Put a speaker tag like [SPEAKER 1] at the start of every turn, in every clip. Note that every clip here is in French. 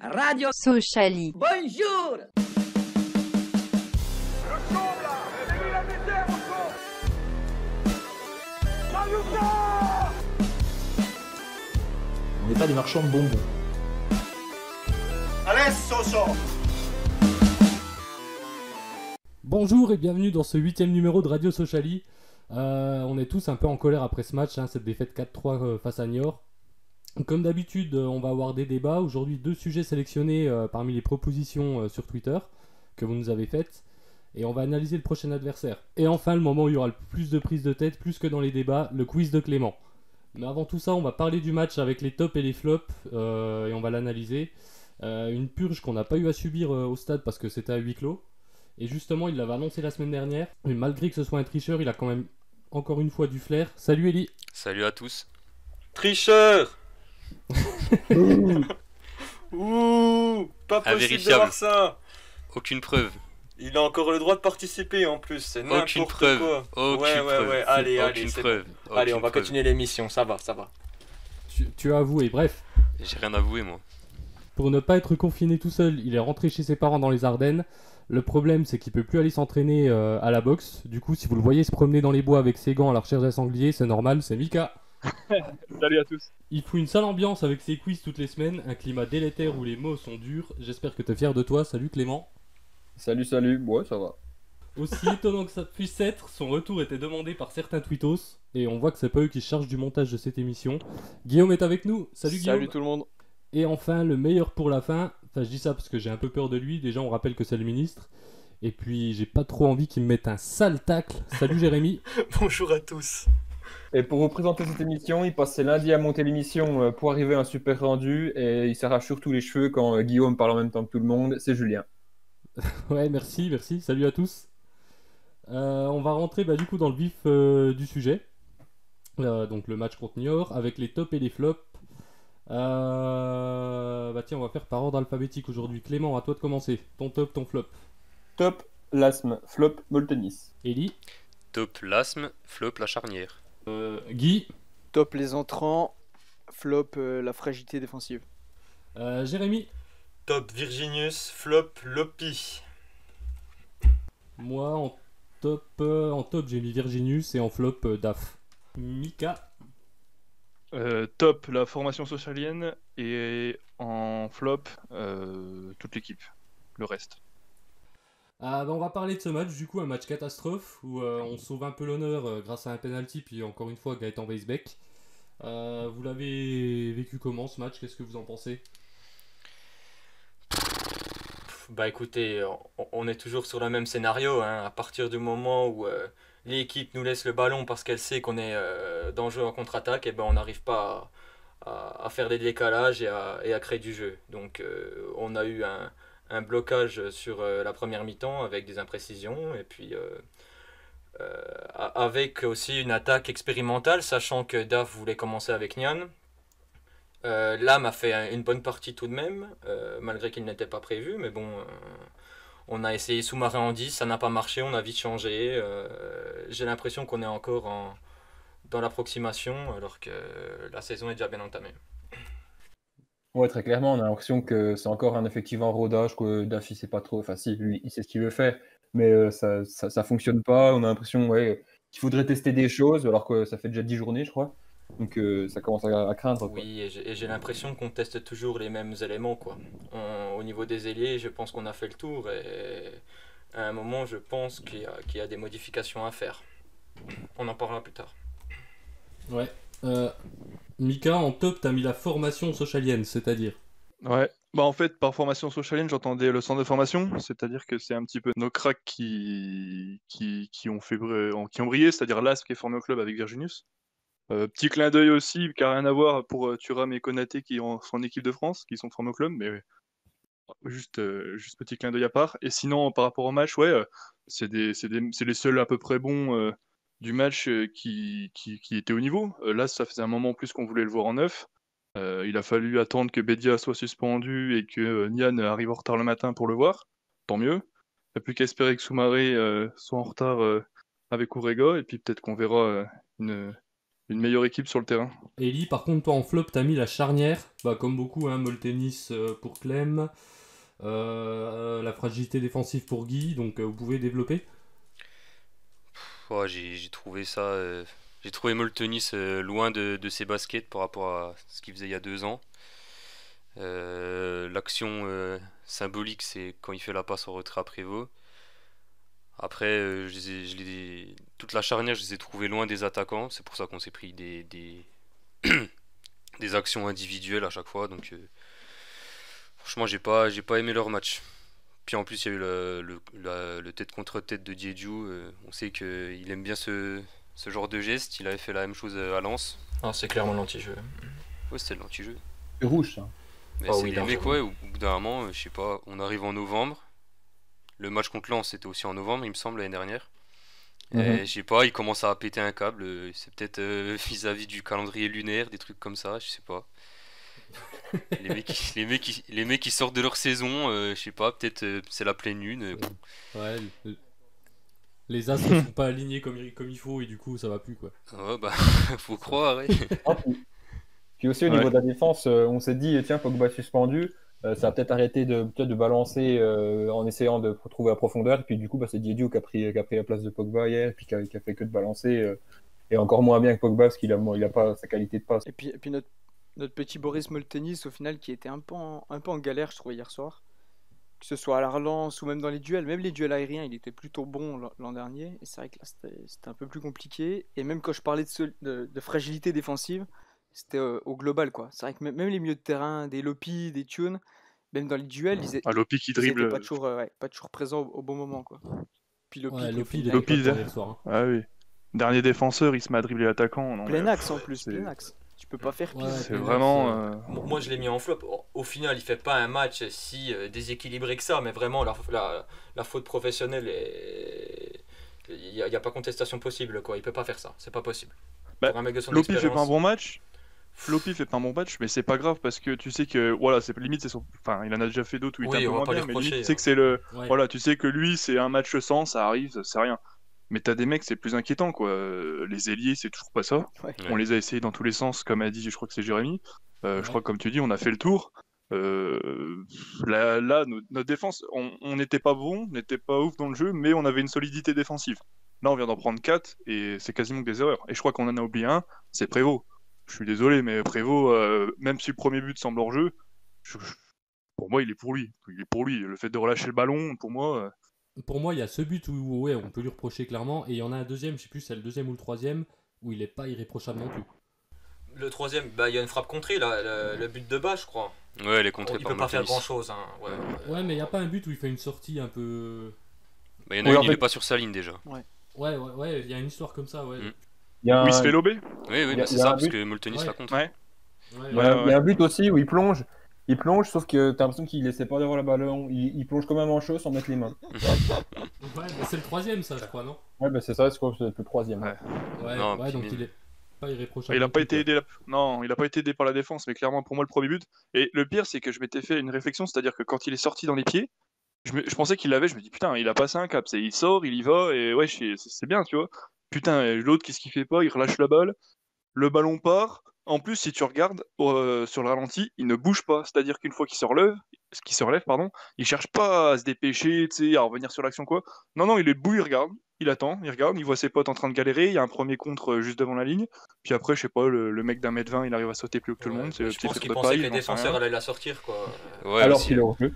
[SPEAKER 1] Radio
[SPEAKER 2] Sociali.
[SPEAKER 1] Bonjour
[SPEAKER 3] Devi la mettere un po'! Aiuto!
[SPEAKER 4] On n'est pas des marchands de bonbons.
[SPEAKER 5] Adesso so!
[SPEAKER 6] Bonjour et bienvenue dans ce huitième numéro de Radio Sociali. Euh, on est tous un peu en colère après ce match, hein, cette défaite 4-3 euh, face à Niort. Comme d'habitude, euh, on va avoir des débats. Aujourd'hui, deux sujets sélectionnés euh, parmi les propositions euh, sur Twitter que vous nous avez faites. Et on va analyser le prochain adversaire. Et enfin, le moment où il y aura le plus de prise de tête, plus que dans les débats, le quiz de Clément. Mais avant tout ça, on va parler du match avec les tops et les flops euh, et on va l'analyser. Euh, une purge qu'on n'a pas eu à subir euh, au stade parce que c'était à huis clos. Et justement, il l'avait annoncé la semaine dernière. Mais malgré que ce soit un tricheur, il a quand même encore une fois du flair. Salut Eli.
[SPEAKER 7] Salut à tous.
[SPEAKER 8] Tricheur Ouh Pas possible de
[SPEAKER 7] Invérifiable.
[SPEAKER 8] voir ça
[SPEAKER 7] Aucune preuve.
[SPEAKER 8] Il a encore le droit de participer en plus, c'est
[SPEAKER 7] Aucune
[SPEAKER 8] n'importe
[SPEAKER 7] preuve.
[SPEAKER 8] quoi.
[SPEAKER 7] Aucune
[SPEAKER 8] ouais, ouais,
[SPEAKER 7] preuve.
[SPEAKER 8] ouais, allez,
[SPEAKER 7] Aucune
[SPEAKER 8] allez, c'est
[SPEAKER 7] preuve.
[SPEAKER 8] Allez, on
[SPEAKER 7] Aucune
[SPEAKER 8] va
[SPEAKER 7] preuve.
[SPEAKER 8] continuer l'émission, ça va, ça va.
[SPEAKER 6] Tu, tu as avoué, bref.
[SPEAKER 7] J'ai rien avoué, moi.
[SPEAKER 6] Pour ne pas être confiné tout seul, il est rentré chez ses parents dans les Ardennes. Le problème, c'est qu'il peut plus aller s'entraîner euh, à la boxe. Du coup, si vous le voyez se promener dans les bois avec ses gants à la recherche d'un sanglier, c'est normal, c'est Mika.
[SPEAKER 9] Salut à tous.
[SPEAKER 6] Il fout une sale ambiance avec ses quiz toutes les semaines, un climat délétère où les mots sont durs. J'espère que t'es fier de toi. Salut Clément.
[SPEAKER 9] Salut, salut. Ouais, ça va.
[SPEAKER 6] Aussi étonnant que ça puisse être, son retour était demandé par certains tweetos, et on voit que c'est pas eux qui se chargent du montage de cette émission. Guillaume est avec nous, salut Guillaume
[SPEAKER 9] tout le monde.
[SPEAKER 6] Et enfin, le meilleur pour la fin, enfin je dis ça parce que j'ai un peu peur de lui, déjà on rappelle que c'est le ministre, et puis j'ai pas trop envie qu'il me mette un sale tacle, salut Jérémy
[SPEAKER 8] Bonjour à tous.
[SPEAKER 9] Et pour vous présenter cette émission, il passait lundi à monter l'émission euh, pour arriver à un super rendu et il s'arrache surtout les cheveux quand euh, Guillaume parle en même temps que tout le monde. C'est Julien.
[SPEAKER 6] Ouais, merci, merci, salut à tous Euh, On va rentrer bah, du coup dans le vif euh, du sujet, Euh, donc le match contre Niort, avec les tops et les flops. Euh, Bah tiens, on va faire par ordre alphabétique aujourd'hui. Clément, à toi de commencer, ton top, ton flop.
[SPEAKER 9] Top, l'asthme, flop, Moltenis.
[SPEAKER 6] Ellie
[SPEAKER 7] Top l'asthme, flop la charnière.
[SPEAKER 6] Euh, Guy
[SPEAKER 10] Top les entrants, flop euh, la fragilité défensive.
[SPEAKER 6] Euh, Jérémy
[SPEAKER 8] Top Virginius, flop Lopi.
[SPEAKER 6] Moi, en top, euh, en top j'ai mis Virginius et en flop, euh, Daf. Mika
[SPEAKER 9] Euh,
[SPEAKER 11] top la formation socialienne et en flop euh, toute l'équipe, le reste.
[SPEAKER 6] Ah, bah, On va parler de ce match, du coup, un match catastrophe où euh, on sauve un peu l'honneur euh, grâce à un penalty, puis encore une fois Gaëtan Weisbeck. Euh, vous l'avez vécu comment ce match Qu'est-ce que vous en pensez
[SPEAKER 8] Bah écoutez, on, on est toujours sur le même scénario. hein. À partir du moment où euh, l'équipe nous laisse le ballon parce qu'elle sait qu'on est euh, dans le jeu en contre-attaque, et ben on n'arrive pas à, à- à faire des décalages et à, et à créer du jeu. Donc euh, on a eu un, un blocage sur euh, la première mi-temps avec des imprécisions et puis euh, euh, a- avec aussi une attaque expérimentale, sachant que Daf voulait commencer avec Nyan. Euh, Lam a fait un- une bonne partie tout de même, euh, malgré qu'il n'était pas prévu, mais bon, euh, on a essayé sous-marin en 10, ça n'a pas marché, on a vite changé. euh, J'ai l'impression qu'on est encore en- dans l'approximation, alors que la saison est déjà bien entamée.
[SPEAKER 9] Ouais, très clairement, on a l'impression que c'est encore un effectif en rodage, que Daffy sait pas trop. Enfin, si, lui, il sait ce qu'il veut faire, mais euh, ça, ça, ça fonctionne pas. On a l'impression ouais, qu'il faudrait tester des choses, alors que ça fait déjà 10 journées, je crois. Donc euh, ça commence à, à craindre. quoi.
[SPEAKER 8] Oui, et j'ai et j'ai l'impression qu'on teste toujours les mêmes éléments, quoi. On- au niveau des ailiers, je pense qu'on a fait le tour, et à un moment, je pense qu'il y, a- qu'il y a des modifications à faire. On en parlera plus tard.
[SPEAKER 6] Ouais. Euh, Mika, en top, t'as mis la formation socialienne, c'est-à-dire
[SPEAKER 11] Ouais. Bah en fait, par formation socialienne, j'entendais le centre de formation, c'est-à-dire que c'est un petit peu nos cracks qui, qui, qui ont, fait, bri- en- qui ont brillé, c'est-à-dire l'ASP qui est formé au club avec Virginius. Euh, petit clin d'œil aussi, qui n'a rien à voir pour euh, Thuram et Konaté qui en- sont en équipe de France, qui sont formés au club, mais euh, juste, euh, juste petit clin d'œil à part. Et sinon, par rapport au match, ouais, euh, c'est des, c'est des- c'est les seuls à peu près bons euh, du match euh, qui, qui, qui étaient au niveau. Euh, là, ça faisait un moment en plus qu'on voulait le voir en neuf. Euh, il a fallu attendre que Bedia soit suspendu et que euh, Nian arrive en retard le matin pour le voir. Tant mieux. Il n'y a plus qu'à espérer que Soumaré euh, soit en retard euh, avec Urega et puis peut-être qu'on verra euh, une, une meilleure équipe sur le terrain.
[SPEAKER 6] Eli, par contre, toi en flop, t'as mis la charnière, bah, comme beaucoup, hein, Moltenis euh, pour Clem, euh, la fragilité défensive pour Guy, donc euh, vous pouvez développer.
[SPEAKER 7] Pff, ouais, j'ai j'ai trouvé ça. euh, j'ai trouvé Moltenis euh, loin de, de ses baskets par rapport à ce qu'il faisait il y a deux ans. Euh, L'action euh, symbolique, c'est quand il fait la passe au retrait à Prévost. Après, euh, je les ai- je les ai- toute la charnière, je les ai trouvés loin des attaquants. C'est pour ça qu'on s'est pris des, des, des actions individuelles à chaque fois. Donc, euh, franchement, j'ai pas, j'ai pas aimé leur match. Puis en plus, il y a eu le, le- la- le tête contre tête de Diédiou. euh, on sait qu'il aime bien ce, ce genre de geste. Il avait fait la même chose euh, à Lens.
[SPEAKER 8] Ah, c'est clairement l'anti-jeu.
[SPEAKER 7] Ouais, c'était de l'anti-jeu.
[SPEAKER 9] C'est rouge, ça.
[SPEAKER 7] Mais
[SPEAKER 8] Ah
[SPEAKER 7] c'est
[SPEAKER 8] oui,
[SPEAKER 7] des mecs,
[SPEAKER 8] largement.
[SPEAKER 7] ouais, au bout d'un moment, euh, je sais pas, on arrive en novembre. Le match contre Lens, c'était aussi en novembre, il me semble, l'année dernière.
[SPEAKER 9] Mhm.
[SPEAKER 7] Et je sais pas, il commence à péter un câble. euh, C'est peut-être euh, vis-à-vis du calendrier lunaire, des trucs comme ça, je sais pas. les, mecs, les, mecs, ils- les mecs, ils sortent de leur saison, euh, je sais pas, peut-être euh, c'est la pleine lune. euh,
[SPEAKER 6] Ouais, le- les as ne sont pas alignés comme, il- comme il faut et du coup ça va plus quoi.
[SPEAKER 7] Ouais, bah, faut croire, hein. ouais.
[SPEAKER 9] Ah, puis- Puis aussi au
[SPEAKER 11] Ouais.
[SPEAKER 9] niveau de la défense, euh, on s'est dit tiens Pogba suspendu, euh, ça a peut-être arrêté de peut-être de balancer euh, en essayant de pr- trouver la profondeur. Et puis du coup, bah, c'est Diédiou qui a pris qui a pris la place de Pogba hier, et puis qui a, qui a fait que de balancer euh, et encore moins bien que Pogba parce qu'il a il a pas sa qualité de passe.
[SPEAKER 10] Et puis, et puis notre, notre petit Boris Moltenis, au final, qui était un peu, en, un peu en galère, je trouvais, hier soir. Que ce soit à la relance ou même dans les duels, même les duels aériens, il était plutôt bon l'an- l'an dernier. Et c'est vrai que là, c'était- c'était un peu plus compliqué. Et même quand je parlais de, sol- de, de fragilité défensive, c'était euh, au global, quoi. C'est vrai que même, même les milieux de terrain, des Lopi, des Tunes, même dans les duels, ils, étaient
[SPEAKER 11] Ah, Lopi
[SPEAKER 10] ils
[SPEAKER 11] qui
[SPEAKER 10] étaient
[SPEAKER 11] dribble.
[SPEAKER 10] pas toujours, euh, ouais, pas toujours présents au, au bon moment, quoi. Puis Lopi,
[SPEAKER 6] Ouais,
[SPEAKER 10] qui
[SPEAKER 6] Lopi,
[SPEAKER 10] est
[SPEAKER 6] il
[SPEAKER 10] fou,
[SPEAKER 6] avait pas
[SPEAKER 11] Lopi,
[SPEAKER 6] tourné
[SPEAKER 11] il-
[SPEAKER 6] le soir. hein.
[SPEAKER 11] Ah oui. Dernier défenseur, il se met à dribbler l'attaquant. non,
[SPEAKER 10] plein
[SPEAKER 11] mais-
[SPEAKER 10] axe en plus,
[SPEAKER 11] c'est-
[SPEAKER 10] plein axe. Tu peux pas faire pire.
[SPEAKER 6] Ouais,
[SPEAKER 11] C'est
[SPEAKER 6] plein axe,
[SPEAKER 11] vraiment.
[SPEAKER 6] euh,
[SPEAKER 11] euh,
[SPEAKER 8] Mo- Moi, je l'ai mis en flop. Au- Au final, il fait pas un match si euh, déséquilibré que ça, mais vraiment, la, la, la faute professionnelle est. Il n'y a, il y a pas contestation possible, quoi. Il peut pas faire ça. C'est pas possible.
[SPEAKER 11] Bah,
[SPEAKER 8] Pour un mec de son
[SPEAKER 11] Lopi fait
[SPEAKER 8] expérience-
[SPEAKER 11] pas un bon match. Floppy fait pas un bon match, mais c'est pas grave parce que tu sais que voilà, c'est limite c'est son. Enfin, il en a déjà fait d'autres où il
[SPEAKER 8] Oui,
[SPEAKER 11] était un
[SPEAKER 8] on
[SPEAKER 11] peu
[SPEAKER 8] va
[SPEAKER 11] moins
[SPEAKER 8] pas lui
[SPEAKER 11] bien, mais limite,
[SPEAKER 8] reprocher,
[SPEAKER 11] tu sais
[SPEAKER 8] hein.
[SPEAKER 11] que c'est le.
[SPEAKER 6] Ouais.
[SPEAKER 11] Voilà, tu sais que lui c'est un match sans, ça arrive, c'est rien. Mais t'as des mecs, c'est plus inquiétant quoi. Euh, Les ailiers, c'est toujours pas ça.
[SPEAKER 10] Ouais.
[SPEAKER 11] On les a essayés dans tous les sens, comme a dit, je crois que c'est Jérémy. Euh, Je crois que comme tu dis, on a fait le tour. Euh, là, là, no- notre défense, on on n'était pas bon, on n'était pas ouf dans le jeu, mais on avait une solidité défensive. Là, on vient d'en prendre 4 et c'est quasiment que des erreurs. Et je crois qu'on en a oublié un, c'est Prévost. Je suis désolé, mais Prévost, euh, même si le premier but semble hors jeu, je- je- pour moi, il est pour lui. Il est pour lui. Le fait de relâcher le ballon, pour moi, euh,
[SPEAKER 6] Pour moi, il y a ce but où ouais, on peut lui reprocher clairement et il y en a un deuxième, je sais plus si c'est le deuxième ou le troisième, où il est pas irréprochable non plus.
[SPEAKER 8] Le troisième, bah, il y a une frappe contrée, là, le, le but de bas, je crois.
[SPEAKER 7] Ouais, elle est contrée
[SPEAKER 8] il
[SPEAKER 7] par
[SPEAKER 8] peut pas faire
[SPEAKER 7] Martinez.
[SPEAKER 8] grand chose. Hein. Ouais, ouais.
[SPEAKER 6] Ouais, mais il y a pas un but où il fait une sortie un peu.
[SPEAKER 7] Bah, il y en a
[SPEAKER 11] Oui,
[SPEAKER 7] une,
[SPEAKER 11] en
[SPEAKER 7] il
[SPEAKER 11] fait-
[SPEAKER 7] est pas sur sa ligne déjà.
[SPEAKER 6] Ouais, ouais, ouais, il y a une histoire comme ça, ouais.
[SPEAKER 7] Mm.
[SPEAKER 9] Il y a
[SPEAKER 11] où il
[SPEAKER 9] un-
[SPEAKER 11] se fait lober.
[SPEAKER 7] Oui, oui,
[SPEAKER 9] Il y a-
[SPEAKER 7] bah, c'est
[SPEAKER 9] il y a
[SPEAKER 7] ça,
[SPEAKER 9] un
[SPEAKER 7] parce
[SPEAKER 9] but.
[SPEAKER 7] que Moltenis
[SPEAKER 6] Ouais.
[SPEAKER 7] la contre.
[SPEAKER 11] Ouais.
[SPEAKER 6] Ouais,
[SPEAKER 9] Il y,
[SPEAKER 6] ouais.
[SPEAKER 9] a,
[SPEAKER 11] Ouais,
[SPEAKER 9] il y a un but aussi où il plonge. Il plonge, sauf que t'as l'impression qu'il essaie pas d'avoir le ballon. Il, il plonge comme un manchot sans mettre les mains.
[SPEAKER 6] Ouais, bah, c'est le troisième, ça, je crois, non
[SPEAKER 9] Ouais, bah, c'est ça, je crois que c'est le troisième.
[SPEAKER 11] Ouais.
[SPEAKER 6] Ouais,
[SPEAKER 7] Non,
[SPEAKER 6] ouais,
[SPEAKER 7] puis
[SPEAKER 6] donc
[SPEAKER 7] même-
[SPEAKER 6] il est pas irréprochable.
[SPEAKER 11] Il n'a
[SPEAKER 6] non
[SPEAKER 11] pas
[SPEAKER 6] plus,
[SPEAKER 11] été
[SPEAKER 6] quoi.
[SPEAKER 11] aidé. là- Non, il n'a pas été aidé par la défense, mais clairement pour moi le premier but. Et le pire, c'est que je m'étais fait une réflexion, c'est-à-dire que quand il est sorti dans les pieds, je, me- je pensais qu'il l'avait. Je me dis putain, il a passé un cap. C'est il sort, il y va, et ouais, je- c'est c'est bien, tu vois. Putain, et l'autre, qu'est-ce qu'il fait pas Il relâche la balle, le ballon part. En plus, si tu regardes euh, sur le ralenti, il ne bouge pas. C'est-à-dire qu'une fois qu'il se relève, ce qui se relève, pardon, il cherche pas à se dépêcher, tu sais, à revenir sur l'action quoi. Non, non, il est debout, il regarde, il attend, il regarde, il voit ses potes en train de galérer. Il y a un premier contre euh, juste devant la ligne. Puis après, je sais pas, le, le mec d'un mètre vingt, il arrive à sauter plus haut que tout le
[SPEAKER 8] Ouais,
[SPEAKER 11] monde. C'est le
[SPEAKER 8] je
[SPEAKER 11] petit
[SPEAKER 8] pense
[SPEAKER 11] frère
[SPEAKER 8] qu'il
[SPEAKER 11] de hein.
[SPEAKER 8] pensait
[SPEAKER 11] Paille,
[SPEAKER 8] que les
[SPEAKER 11] j'en sais rien.
[SPEAKER 8] défenseurs allaient la sortir, quoi.
[SPEAKER 7] Ouais,
[SPEAKER 9] Alors
[SPEAKER 7] aussi.
[SPEAKER 9] qu'il est hors jeu.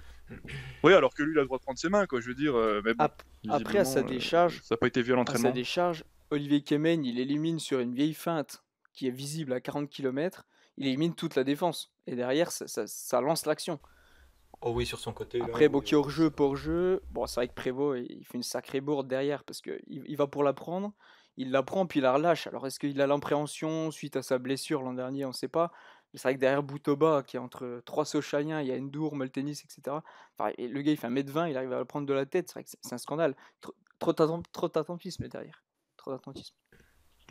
[SPEAKER 11] Oui, alors que lui, il a le droit de prendre ses mains, quoi. Je veux dire, euh, mais bon,
[SPEAKER 10] Ap- après, à sa
[SPEAKER 11] visiblement, euh,
[SPEAKER 10] décharge-
[SPEAKER 11] ça n'a pas été violent
[SPEAKER 10] À sa
[SPEAKER 11] l'entraînement.
[SPEAKER 10] décharge, Olivier Kemen, il élimine sur une vieille feinte qui est visible à 40 km, il élimine toute la défense. Et derrière, ça, ça- ça lance l'action.
[SPEAKER 8] Oh oui, sur son côté. là,
[SPEAKER 10] Après,
[SPEAKER 8] oui,
[SPEAKER 10] bon,
[SPEAKER 8] oui.
[SPEAKER 10] qui est hors-jeu, pas hors-jeu. Bon, c'est vrai que Prévost, il il fait une sacrée bourde derrière parce qu'il il va pour la prendre. Il la prend, puis il la relâche. Alors, est-ce qu'il a l'impréhension suite à sa blessure l'an dernier On ne sait pas. Mais c'est vrai que derrière Boutoba, qui est entre trois Sochaliens, il y a Endur, Maltenis, etc. Enfin, et le gars, il fait 1m20, il arrive à le prendre de la tête. C'est vrai que c'est c'est un scandale. Trop- Trop d'atten- trop d'attentisme derrière. Trop d'attentisme.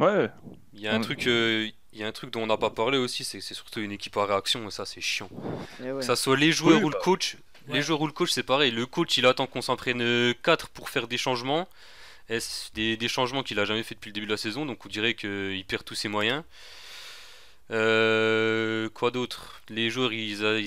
[SPEAKER 11] Ouais,
[SPEAKER 7] Il y a un
[SPEAKER 11] Ouais.
[SPEAKER 7] truc, euh, il y a un truc dont on n'a pas parlé aussi, c'est que c'est surtout une équipe à réaction et ça c'est chiant.
[SPEAKER 10] Eh ouais.
[SPEAKER 7] Que ça soit les joueurs
[SPEAKER 11] Oui,
[SPEAKER 7] ou le coach,
[SPEAKER 6] Ouais.
[SPEAKER 7] euh, les joueurs ou le coach c'est pareil. Le coach il attend qu'on s'en prenne 4 pour faire des changements. est-ce des, des changements qu'il a jamais fait depuis le début de la saison, donc on dirait qu'il perd tous ses moyens. Euh, quoi d'autre Les joueurs, ils, a-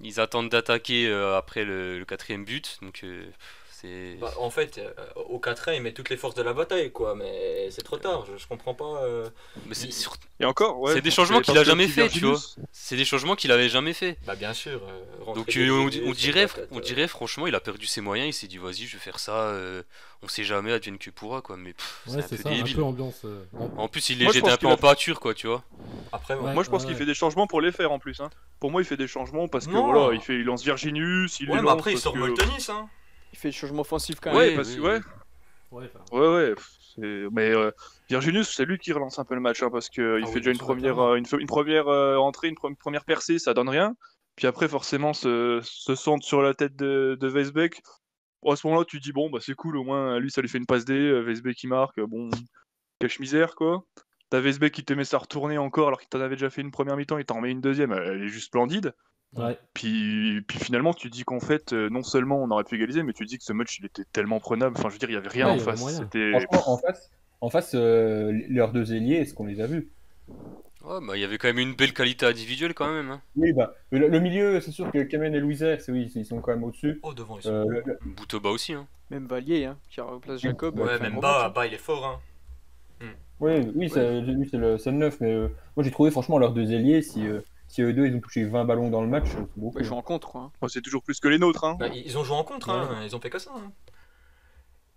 [SPEAKER 7] ils attendent d'attaquer euh, après le, le quatrième but, donc euh, c'est...
[SPEAKER 8] Bah, en fait, euh, au 4 il met toutes les forces de la bataille, quoi, mais c'est trop tard, je, je comprends pas. euh,
[SPEAKER 7] mais c'est
[SPEAKER 8] il-
[SPEAKER 7] sur-
[SPEAKER 11] Et encore, ouais.
[SPEAKER 7] C'est des
[SPEAKER 11] parce
[SPEAKER 7] changements
[SPEAKER 11] que-
[SPEAKER 7] qu'il
[SPEAKER 11] parce que
[SPEAKER 7] a jamais
[SPEAKER 11] petit
[SPEAKER 7] fait, tu
[SPEAKER 11] Virginus,
[SPEAKER 7] C'est des changements qu'il avait jamais fait.
[SPEAKER 8] Bah, bien sûr. euh, rentrer
[SPEAKER 7] Donc
[SPEAKER 8] des
[SPEAKER 7] euh, on,
[SPEAKER 8] idées
[SPEAKER 7] on
[SPEAKER 8] sur
[SPEAKER 7] dirait,
[SPEAKER 8] la tête,
[SPEAKER 7] on
[SPEAKER 8] euh,
[SPEAKER 7] dirait franchement, il a perdu ses moyens. Il s'est dit vas-y, je vais faire ça. euh, on sait jamais, advienne que pourra quoi. Mais pff,
[SPEAKER 6] Ouais, c'est
[SPEAKER 7] c'est un
[SPEAKER 6] ça,
[SPEAKER 7] peu
[SPEAKER 6] un
[SPEAKER 7] débile.
[SPEAKER 6] peu ambiance. euh, en-
[SPEAKER 7] En plus, il les
[SPEAKER 11] Moi, je
[SPEAKER 7] jette
[SPEAKER 11] pense
[SPEAKER 7] un peu
[SPEAKER 11] qu'il
[SPEAKER 7] en
[SPEAKER 11] a-
[SPEAKER 7] pâture quoi, tu vois.
[SPEAKER 8] Après,
[SPEAKER 6] Ouais.
[SPEAKER 11] Moi, je pense
[SPEAKER 6] Ouais,
[SPEAKER 11] qu'il
[SPEAKER 6] ouais.
[SPEAKER 11] fait des changements pour les faire en plus. Hein. Pour moi, il fait des changements parce que
[SPEAKER 8] Non.
[SPEAKER 11] voilà, il, fait, il lance Virginus, il
[SPEAKER 8] Ouais,
[SPEAKER 11] les
[SPEAKER 8] mais
[SPEAKER 11] lance
[SPEAKER 8] après, il
[SPEAKER 11] parce
[SPEAKER 8] sort
[SPEAKER 11] que-
[SPEAKER 8] Moltenis, hein.
[SPEAKER 10] Il fait des changements offensifs quand
[SPEAKER 11] Ouais,
[SPEAKER 10] même.
[SPEAKER 7] Oui,
[SPEAKER 11] parce-
[SPEAKER 7] oui,
[SPEAKER 11] ouais.
[SPEAKER 6] Ouais, enfin,
[SPEAKER 11] Ouais, ouais. pff, c'est- Mais euh, Virginius, c'est lui qui relance un peu le match hein, parce que euh, il
[SPEAKER 8] Ah
[SPEAKER 11] fait
[SPEAKER 8] oui,
[SPEAKER 11] déjà
[SPEAKER 8] bien
[SPEAKER 11] une
[SPEAKER 8] sûr,
[SPEAKER 11] première,
[SPEAKER 8] clairement.
[SPEAKER 11] euh, une, fe- une première euh, entrée, une pre- première percée, ça donne rien. Puis après, forcément, se, se centre sur la tête de, de Weisbeck. Bon, à ce moment-là, tu te dis, bon, bah, c'est cool, au moins, lui, ça lui fait une passe D. euh, Weisbeck, il marque, euh, bon, cache-misère, quoi. T'as Weisbeck qui te met ça retourner encore alors qu'il t'en avait déjà fait une première mi-temps, il t'en met une deuxième, elle elle est juste splendide.
[SPEAKER 6] ouais.
[SPEAKER 11] Puis, puis finalement, tu dis qu'en fait, euh, non seulement on aurait pu égaliser, mais tu dis que ce match, il était tellement prenable. Enfin, je veux dire, il n'y avait rien
[SPEAKER 6] Ouais,
[SPEAKER 11] en
[SPEAKER 6] il y avait
[SPEAKER 11] face.
[SPEAKER 6] moyen.
[SPEAKER 11] C'était...
[SPEAKER 9] Franchement, en face, en face euh, leurs deux ailiers, est-ce qu'on les a vus
[SPEAKER 7] Ouais, bah il y avait quand même une belle qualité individuelle quand même. hein.
[SPEAKER 9] Oui, bah, le, le milieu, c'est sûr que Kamen et Louiser, c'est oui, ils sont quand même au-dessus.
[SPEAKER 8] Oh, devant, ils sont.
[SPEAKER 9] Euh, le- le-
[SPEAKER 7] Boutoba aussi. Hein.
[SPEAKER 10] Même Valier, hein, qui remplace Jacob.
[SPEAKER 9] Ouais,
[SPEAKER 8] Ouais,
[SPEAKER 10] euh,
[SPEAKER 8] même
[SPEAKER 10] bon
[SPEAKER 8] bas,
[SPEAKER 10] match,
[SPEAKER 8] bas, il est fort, hein.
[SPEAKER 9] oui, oui, c'est- lui, c'est le, c'est le 9, mais euh, moi j'ai trouvé franchement leurs deux ailiers, si, euh, si eux deux ils ont touché 20 ballons dans le match, euh, c'est
[SPEAKER 10] hein.
[SPEAKER 9] beaucoup.
[SPEAKER 10] Ouais, je suis en contre, quoi, hein.
[SPEAKER 11] Bon, c'est toujours plus que les nôtres. Hein.
[SPEAKER 8] Bah, ils ont joué en contre, hein, ils ont fait que ça. hein.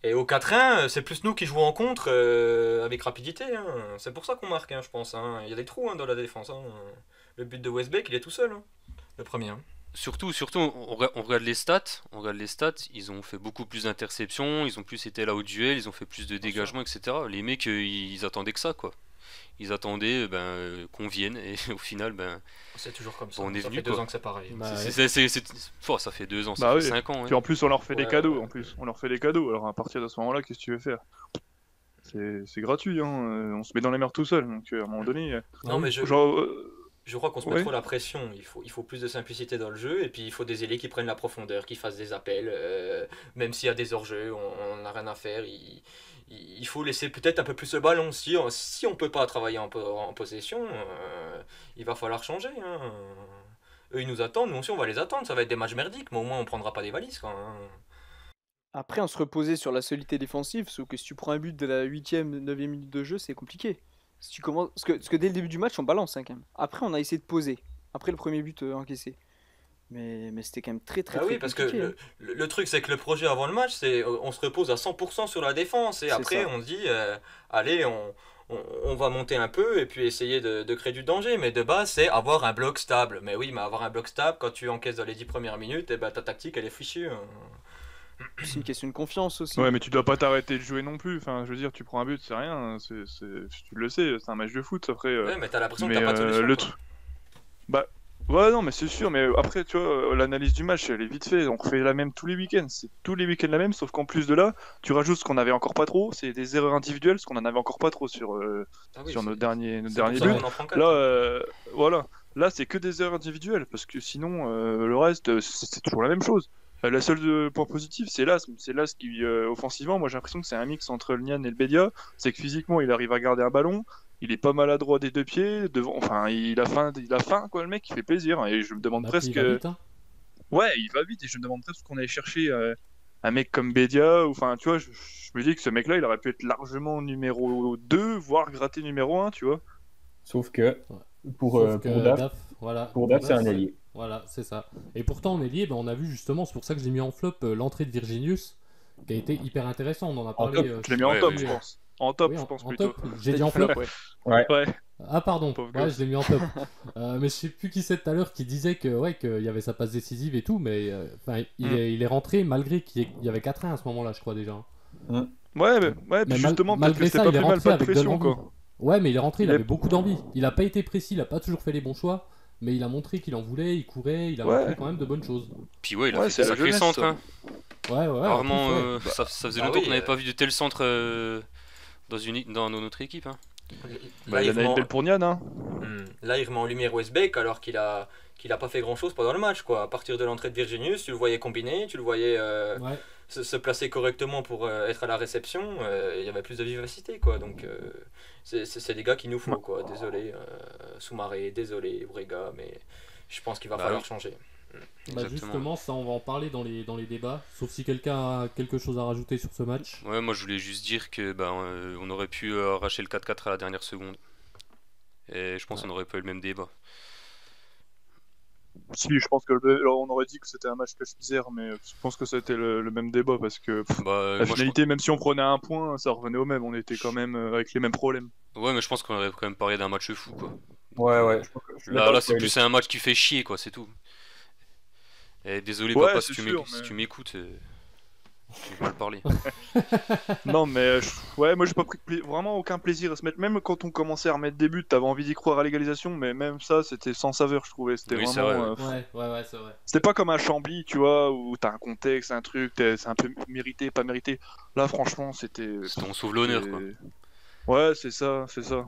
[SPEAKER 8] Et au 4-1, c'est plus nous qui jouons en contre euh, avec rapidité. hein. C'est pour ça qu'on marque, hein, je pense. hein. Il y a des trous hein, dans la défense. hein. Le but de Westbeck, il est tout seul. hein. Le premier. hein.
[SPEAKER 7] Surtout, surtout, on, rega- on regarde les stats. On regarde les stats. Ils ont fait beaucoup plus d'interceptions. Ils ont plus été là au duel. Ils ont fait plus de dégagements, etc. Les mecs, euh, ils attendaient que ça quoi. Ils attendaient euh, ben, euh, qu'on vienne et au final, ben,
[SPEAKER 8] C'est toujours comme ça. hein.
[SPEAKER 7] Bon, on est
[SPEAKER 8] ça
[SPEAKER 7] venu,
[SPEAKER 8] fait deux
[SPEAKER 7] quoi.
[SPEAKER 8] ans que c'est pareil. hein.
[SPEAKER 6] Bah,
[SPEAKER 7] c'est-
[SPEAKER 6] ouais.
[SPEAKER 7] c'est- c'est- c'est- c'est- oh, ça fait deux ans, ça
[SPEAKER 11] Bah
[SPEAKER 7] fait
[SPEAKER 11] oui.
[SPEAKER 7] cinq ans. hein.
[SPEAKER 11] Puis en plus, on leur fait
[SPEAKER 8] Ouais,
[SPEAKER 11] des cadeaux.
[SPEAKER 8] ouais.
[SPEAKER 11] En plus, on leur fait des cadeaux. Alors à partir de ce moment-là, qu'est-ce que tu veux faire c'est, c'est gratuit. Hein. euh, On se met dans la merde tout seul. Donc euh, à un moment donné, euh,
[SPEAKER 8] Non, mais je,
[SPEAKER 11] genre, euh,
[SPEAKER 8] je crois qu'on se met
[SPEAKER 11] Ouais.
[SPEAKER 8] trop la pression. Il faut, il faut plus de simplicité dans le jeu. Et puis, il faut des ailiers qui prennent la profondeur, qui fassent des appels. euh, même s'il y a des hors-jeux, on on n'a rien à faire. Il, il il faut laisser peut-être un peu plus le ballon. Si on, si on peut pas travailler en, po- en possession, euh, il va falloir changer. hein. Eux, ils nous attendent. Nous aussi, on va les attendre. Ça va être des matchs merdiques. Mais au moins, on prendra pas des valises. Quoi, hein.
[SPEAKER 10] Après, on se reposait sur la solidité défensive, sauf que si tu prends un but de la 8ème, 9ème minute de jeu, c'est compliqué. Si tu commences... parce, que, parce que dès le début du match, on balance hein, quand même. Après, on a essayé de poser, après le premier but euh, encaissé. Mais, mais c'était quand même très très,
[SPEAKER 8] Ah
[SPEAKER 10] très
[SPEAKER 8] oui, parce que
[SPEAKER 10] compliqué, hein.
[SPEAKER 8] le, le- le truc, c'est que le projet avant le match, c'est euh, on se repose à 100% sur la défense. Et
[SPEAKER 10] C'est
[SPEAKER 8] après,
[SPEAKER 10] ça.
[SPEAKER 8] on se dit, euh, allez, on, on- on va monter un peu et puis essayer de, de créer du danger. Mais de base, c'est avoir un bloc stable. Mais oui, mais avoir un bloc stable, quand tu encaisses dans les 10 premières minutes, et ben, ta tactique, elle est fichue. hein.
[SPEAKER 10] C'est une question de confiance aussi.
[SPEAKER 11] ouais, mais tu dois pas t'arrêter de jouer non plus. Enfin, je veux dire, tu prends un but, c'est rien. C'est, c'est- Tu le sais, c'est un match de foot. Après, euh,
[SPEAKER 8] Ouais, mais t'as l'impression que
[SPEAKER 11] mais
[SPEAKER 8] t'as pas de
[SPEAKER 11] euh,
[SPEAKER 8] solution.
[SPEAKER 11] le
[SPEAKER 8] quoi.
[SPEAKER 11] truc. Bah. Ouais, non, mais c'est sûr, mais après, tu vois, euh, l'analyse du match, elle est vite faite. On refait la même tous les week-ends. C'est tous les week-ends la même, sauf qu'en plus de là, tu rajoutes ce qu'on avait encore pas trop. C'est des erreurs individuelles, ce qu'on en avait encore pas trop sur, euh,
[SPEAKER 8] Ah oui,
[SPEAKER 11] sur
[SPEAKER 8] c'est-
[SPEAKER 11] nos derniers, nos
[SPEAKER 8] c'est
[SPEAKER 11] derniers
[SPEAKER 8] pour ça
[SPEAKER 11] buts.
[SPEAKER 8] qu'on en prend quatre.
[SPEAKER 11] Là, euh, voilà. Là, c'est que des erreurs individuelles, parce que sinon, euh, le reste, euh, c'est c'est toujours la même chose. Euh, la seule euh, point positif, c'est Las. C'est Las qui, euh, offensivement, moi j'ai l'impression que c'est un mix entre le Nian et le Bedia. C'est que physiquement, il arrive à garder un ballon. Il est pas maladroit des deux pieds. Devant, enfin, il a faim, il a faim, quoi, le mec, il fait plaisir. Et je me demande
[SPEAKER 6] Bah, puis
[SPEAKER 11] presque. euh,
[SPEAKER 6] il va vite, hein.
[SPEAKER 11] Ouais, il va vite et je me demande presque qu'on allait chercher euh, un mec comme Bedia. ou Enfin, tu vois, je, je me dis que ce mec-là, il aurait pu être largement numéro 2, voire gratter numéro 1, tu vois.
[SPEAKER 9] Sauf que pour,
[SPEAKER 6] Sauf
[SPEAKER 9] euh,
[SPEAKER 6] que
[SPEAKER 9] pour Daf,
[SPEAKER 6] Daf, voilà.
[SPEAKER 9] pour Daf, c'est un allié.
[SPEAKER 6] Voilà, c'est ça. Et pourtant, on est lié, ben, on a vu justement, c'est pour ça que j'ai mis en flop euh, l'entrée de Virginius, qui a été hyper intéressant. On en a
[SPEAKER 11] En
[SPEAKER 6] parlé.
[SPEAKER 11] top,
[SPEAKER 6] euh,
[SPEAKER 11] je l'ai mis en
[SPEAKER 7] ouais,
[SPEAKER 11] top,
[SPEAKER 7] oui,
[SPEAKER 11] je
[SPEAKER 6] oui.
[SPEAKER 11] pense. En top,
[SPEAKER 6] oui,
[SPEAKER 11] je
[SPEAKER 6] en-
[SPEAKER 11] pense
[SPEAKER 6] en
[SPEAKER 11] plutôt.
[SPEAKER 6] top. J'ai dit en flop.
[SPEAKER 10] ouais.
[SPEAKER 11] Ouais,
[SPEAKER 6] Ah, pardon.
[SPEAKER 11] Pauvre
[SPEAKER 6] Ouais,
[SPEAKER 11] gosse.
[SPEAKER 6] je l'ai mis en top. Euh, mais je sais plus qui c'est tout à l'heure qui disait que ouais qu'il y avait sa passe décisive et tout, mais euh, enfin, il,
[SPEAKER 11] Mm.
[SPEAKER 6] est, il est rentré malgré qu'il y- il y avait 4-1 à ce moment-là, je crois déjà. hein.
[SPEAKER 11] ouais, mais, ouais, puis
[SPEAKER 6] mal-
[SPEAKER 11] justement, peut-être
[SPEAKER 6] malgré
[SPEAKER 11] que c'était
[SPEAKER 6] ça,
[SPEAKER 11] pas
[SPEAKER 6] il est
[SPEAKER 11] plus mal,
[SPEAKER 6] rentré
[SPEAKER 11] pas de
[SPEAKER 6] avec de
[SPEAKER 11] pression,
[SPEAKER 6] l'envie.
[SPEAKER 11] quoi.
[SPEAKER 6] Ouais, mais il est rentré, il,
[SPEAKER 11] Il a-
[SPEAKER 6] avait beaucoup d'envie. Il a pas été précis, il a pas toujours fait les bons choix, mais il a montré qu'il en voulait, il courait, il a
[SPEAKER 11] Ouais.
[SPEAKER 6] montré quand même de bonnes choses.
[SPEAKER 7] Puis ouais, il a
[SPEAKER 11] Ouais,
[SPEAKER 7] fait
[SPEAKER 11] c'est
[SPEAKER 7] des
[SPEAKER 11] la
[SPEAKER 7] sacrés
[SPEAKER 11] jeunesse,
[SPEAKER 7] centres.
[SPEAKER 11] ça.
[SPEAKER 7] hein.
[SPEAKER 6] Ouais, ouais. en
[SPEAKER 7] Rarement,
[SPEAKER 6] plus, ouais.
[SPEAKER 7] euh, ça, ça faisait
[SPEAKER 8] Bah
[SPEAKER 7] longtemps
[SPEAKER 8] oui,
[SPEAKER 7] qu'on n'avait
[SPEAKER 8] euh.
[SPEAKER 7] pas vu de tels centres euh, dans, une, dans, dans notre équipe. hein.
[SPEAKER 11] Bah, il y en a une
[SPEAKER 8] met-
[SPEAKER 11] belle pour Nian, hein.
[SPEAKER 8] Hmm. Là, il remet en lumière Westbeck alors qu'il a qu'il a pas fait grand chose pendant le match quoi. À partir de l'entrée de Virginius, tu le voyais combiner, tu le voyais euh,
[SPEAKER 6] Ouais. Bah,
[SPEAKER 8] se, se placer correctement pour euh, être à la réception. euh, Il y avait plus de vivacité quoi. Donc euh, c'est- c'est c'est des gars qu'il nous faut quoi. Désolé euh, Soumaré, désolé Brega, mais je pense qu'il va
[SPEAKER 7] Bah
[SPEAKER 8] falloir
[SPEAKER 7] oui.
[SPEAKER 8] changer.
[SPEAKER 6] Bah,
[SPEAKER 7] Exactement.
[SPEAKER 6] justement, ça, on va en parler dans les, dans les débats. Sauf si quelqu'un a quelque chose à rajouter sur ce match.
[SPEAKER 7] Ouais, moi je voulais juste dire que ben, euh, on aurait pu euh, arracher le 4-4 à la dernière seconde. Et je pense qu'on aurait pas eu le même débat.
[SPEAKER 11] Si, je pense que le- alors, on aurait dit que c'était un match cache misère, mais je pense que c'était le, le même débat parce que pff,
[SPEAKER 7] Bah, euh,
[SPEAKER 11] la
[SPEAKER 7] moi, je
[SPEAKER 11] finalité, même si on prenait un point, ça revenait au même. On était quand même euh, avec les mêmes problèmes.
[SPEAKER 7] pense- Ouais, mais je pense qu'on aurait quand même parlé d'un match fou quoi.
[SPEAKER 9] Ouais, ouais. je pense que- je suis
[SPEAKER 7] Là,
[SPEAKER 9] d'accord
[SPEAKER 7] là
[SPEAKER 9] avec
[SPEAKER 7] c'est
[SPEAKER 9] toi,
[SPEAKER 7] plus un match qui fait chier quoi, c'est tout. Et désolé
[SPEAKER 11] Ouais,
[SPEAKER 7] papa
[SPEAKER 11] c'est
[SPEAKER 7] si tu
[SPEAKER 11] sûr,
[SPEAKER 7] m'éc-
[SPEAKER 11] mais-
[SPEAKER 7] si tu m'écoutes, euh, j'ai mal parlé.
[SPEAKER 11] non, mais euh, je- ouais, moi j'ai pas pris pla- vraiment aucun plaisir à se mettre. Même quand on commençait à remettre des buts, t'avais envie d'y croire à l'égalisation, mais même ça, c'était sans saveur, je trouvais. C'était
[SPEAKER 7] Oui, c'est
[SPEAKER 11] vraiment.
[SPEAKER 7] vrai,
[SPEAKER 11] euh,
[SPEAKER 6] Ouais, ouais, ouais, c'est vrai.
[SPEAKER 11] C'était pas comme un Chambly, tu vois, où t'as un contexte, un truc, t'es- c'est un peu mérité, pas mérité. Là, franchement, c'était.
[SPEAKER 7] C'est- On sauve l'honneur quoi. Ah.
[SPEAKER 11] Ouais, c'est ça, c'est ça.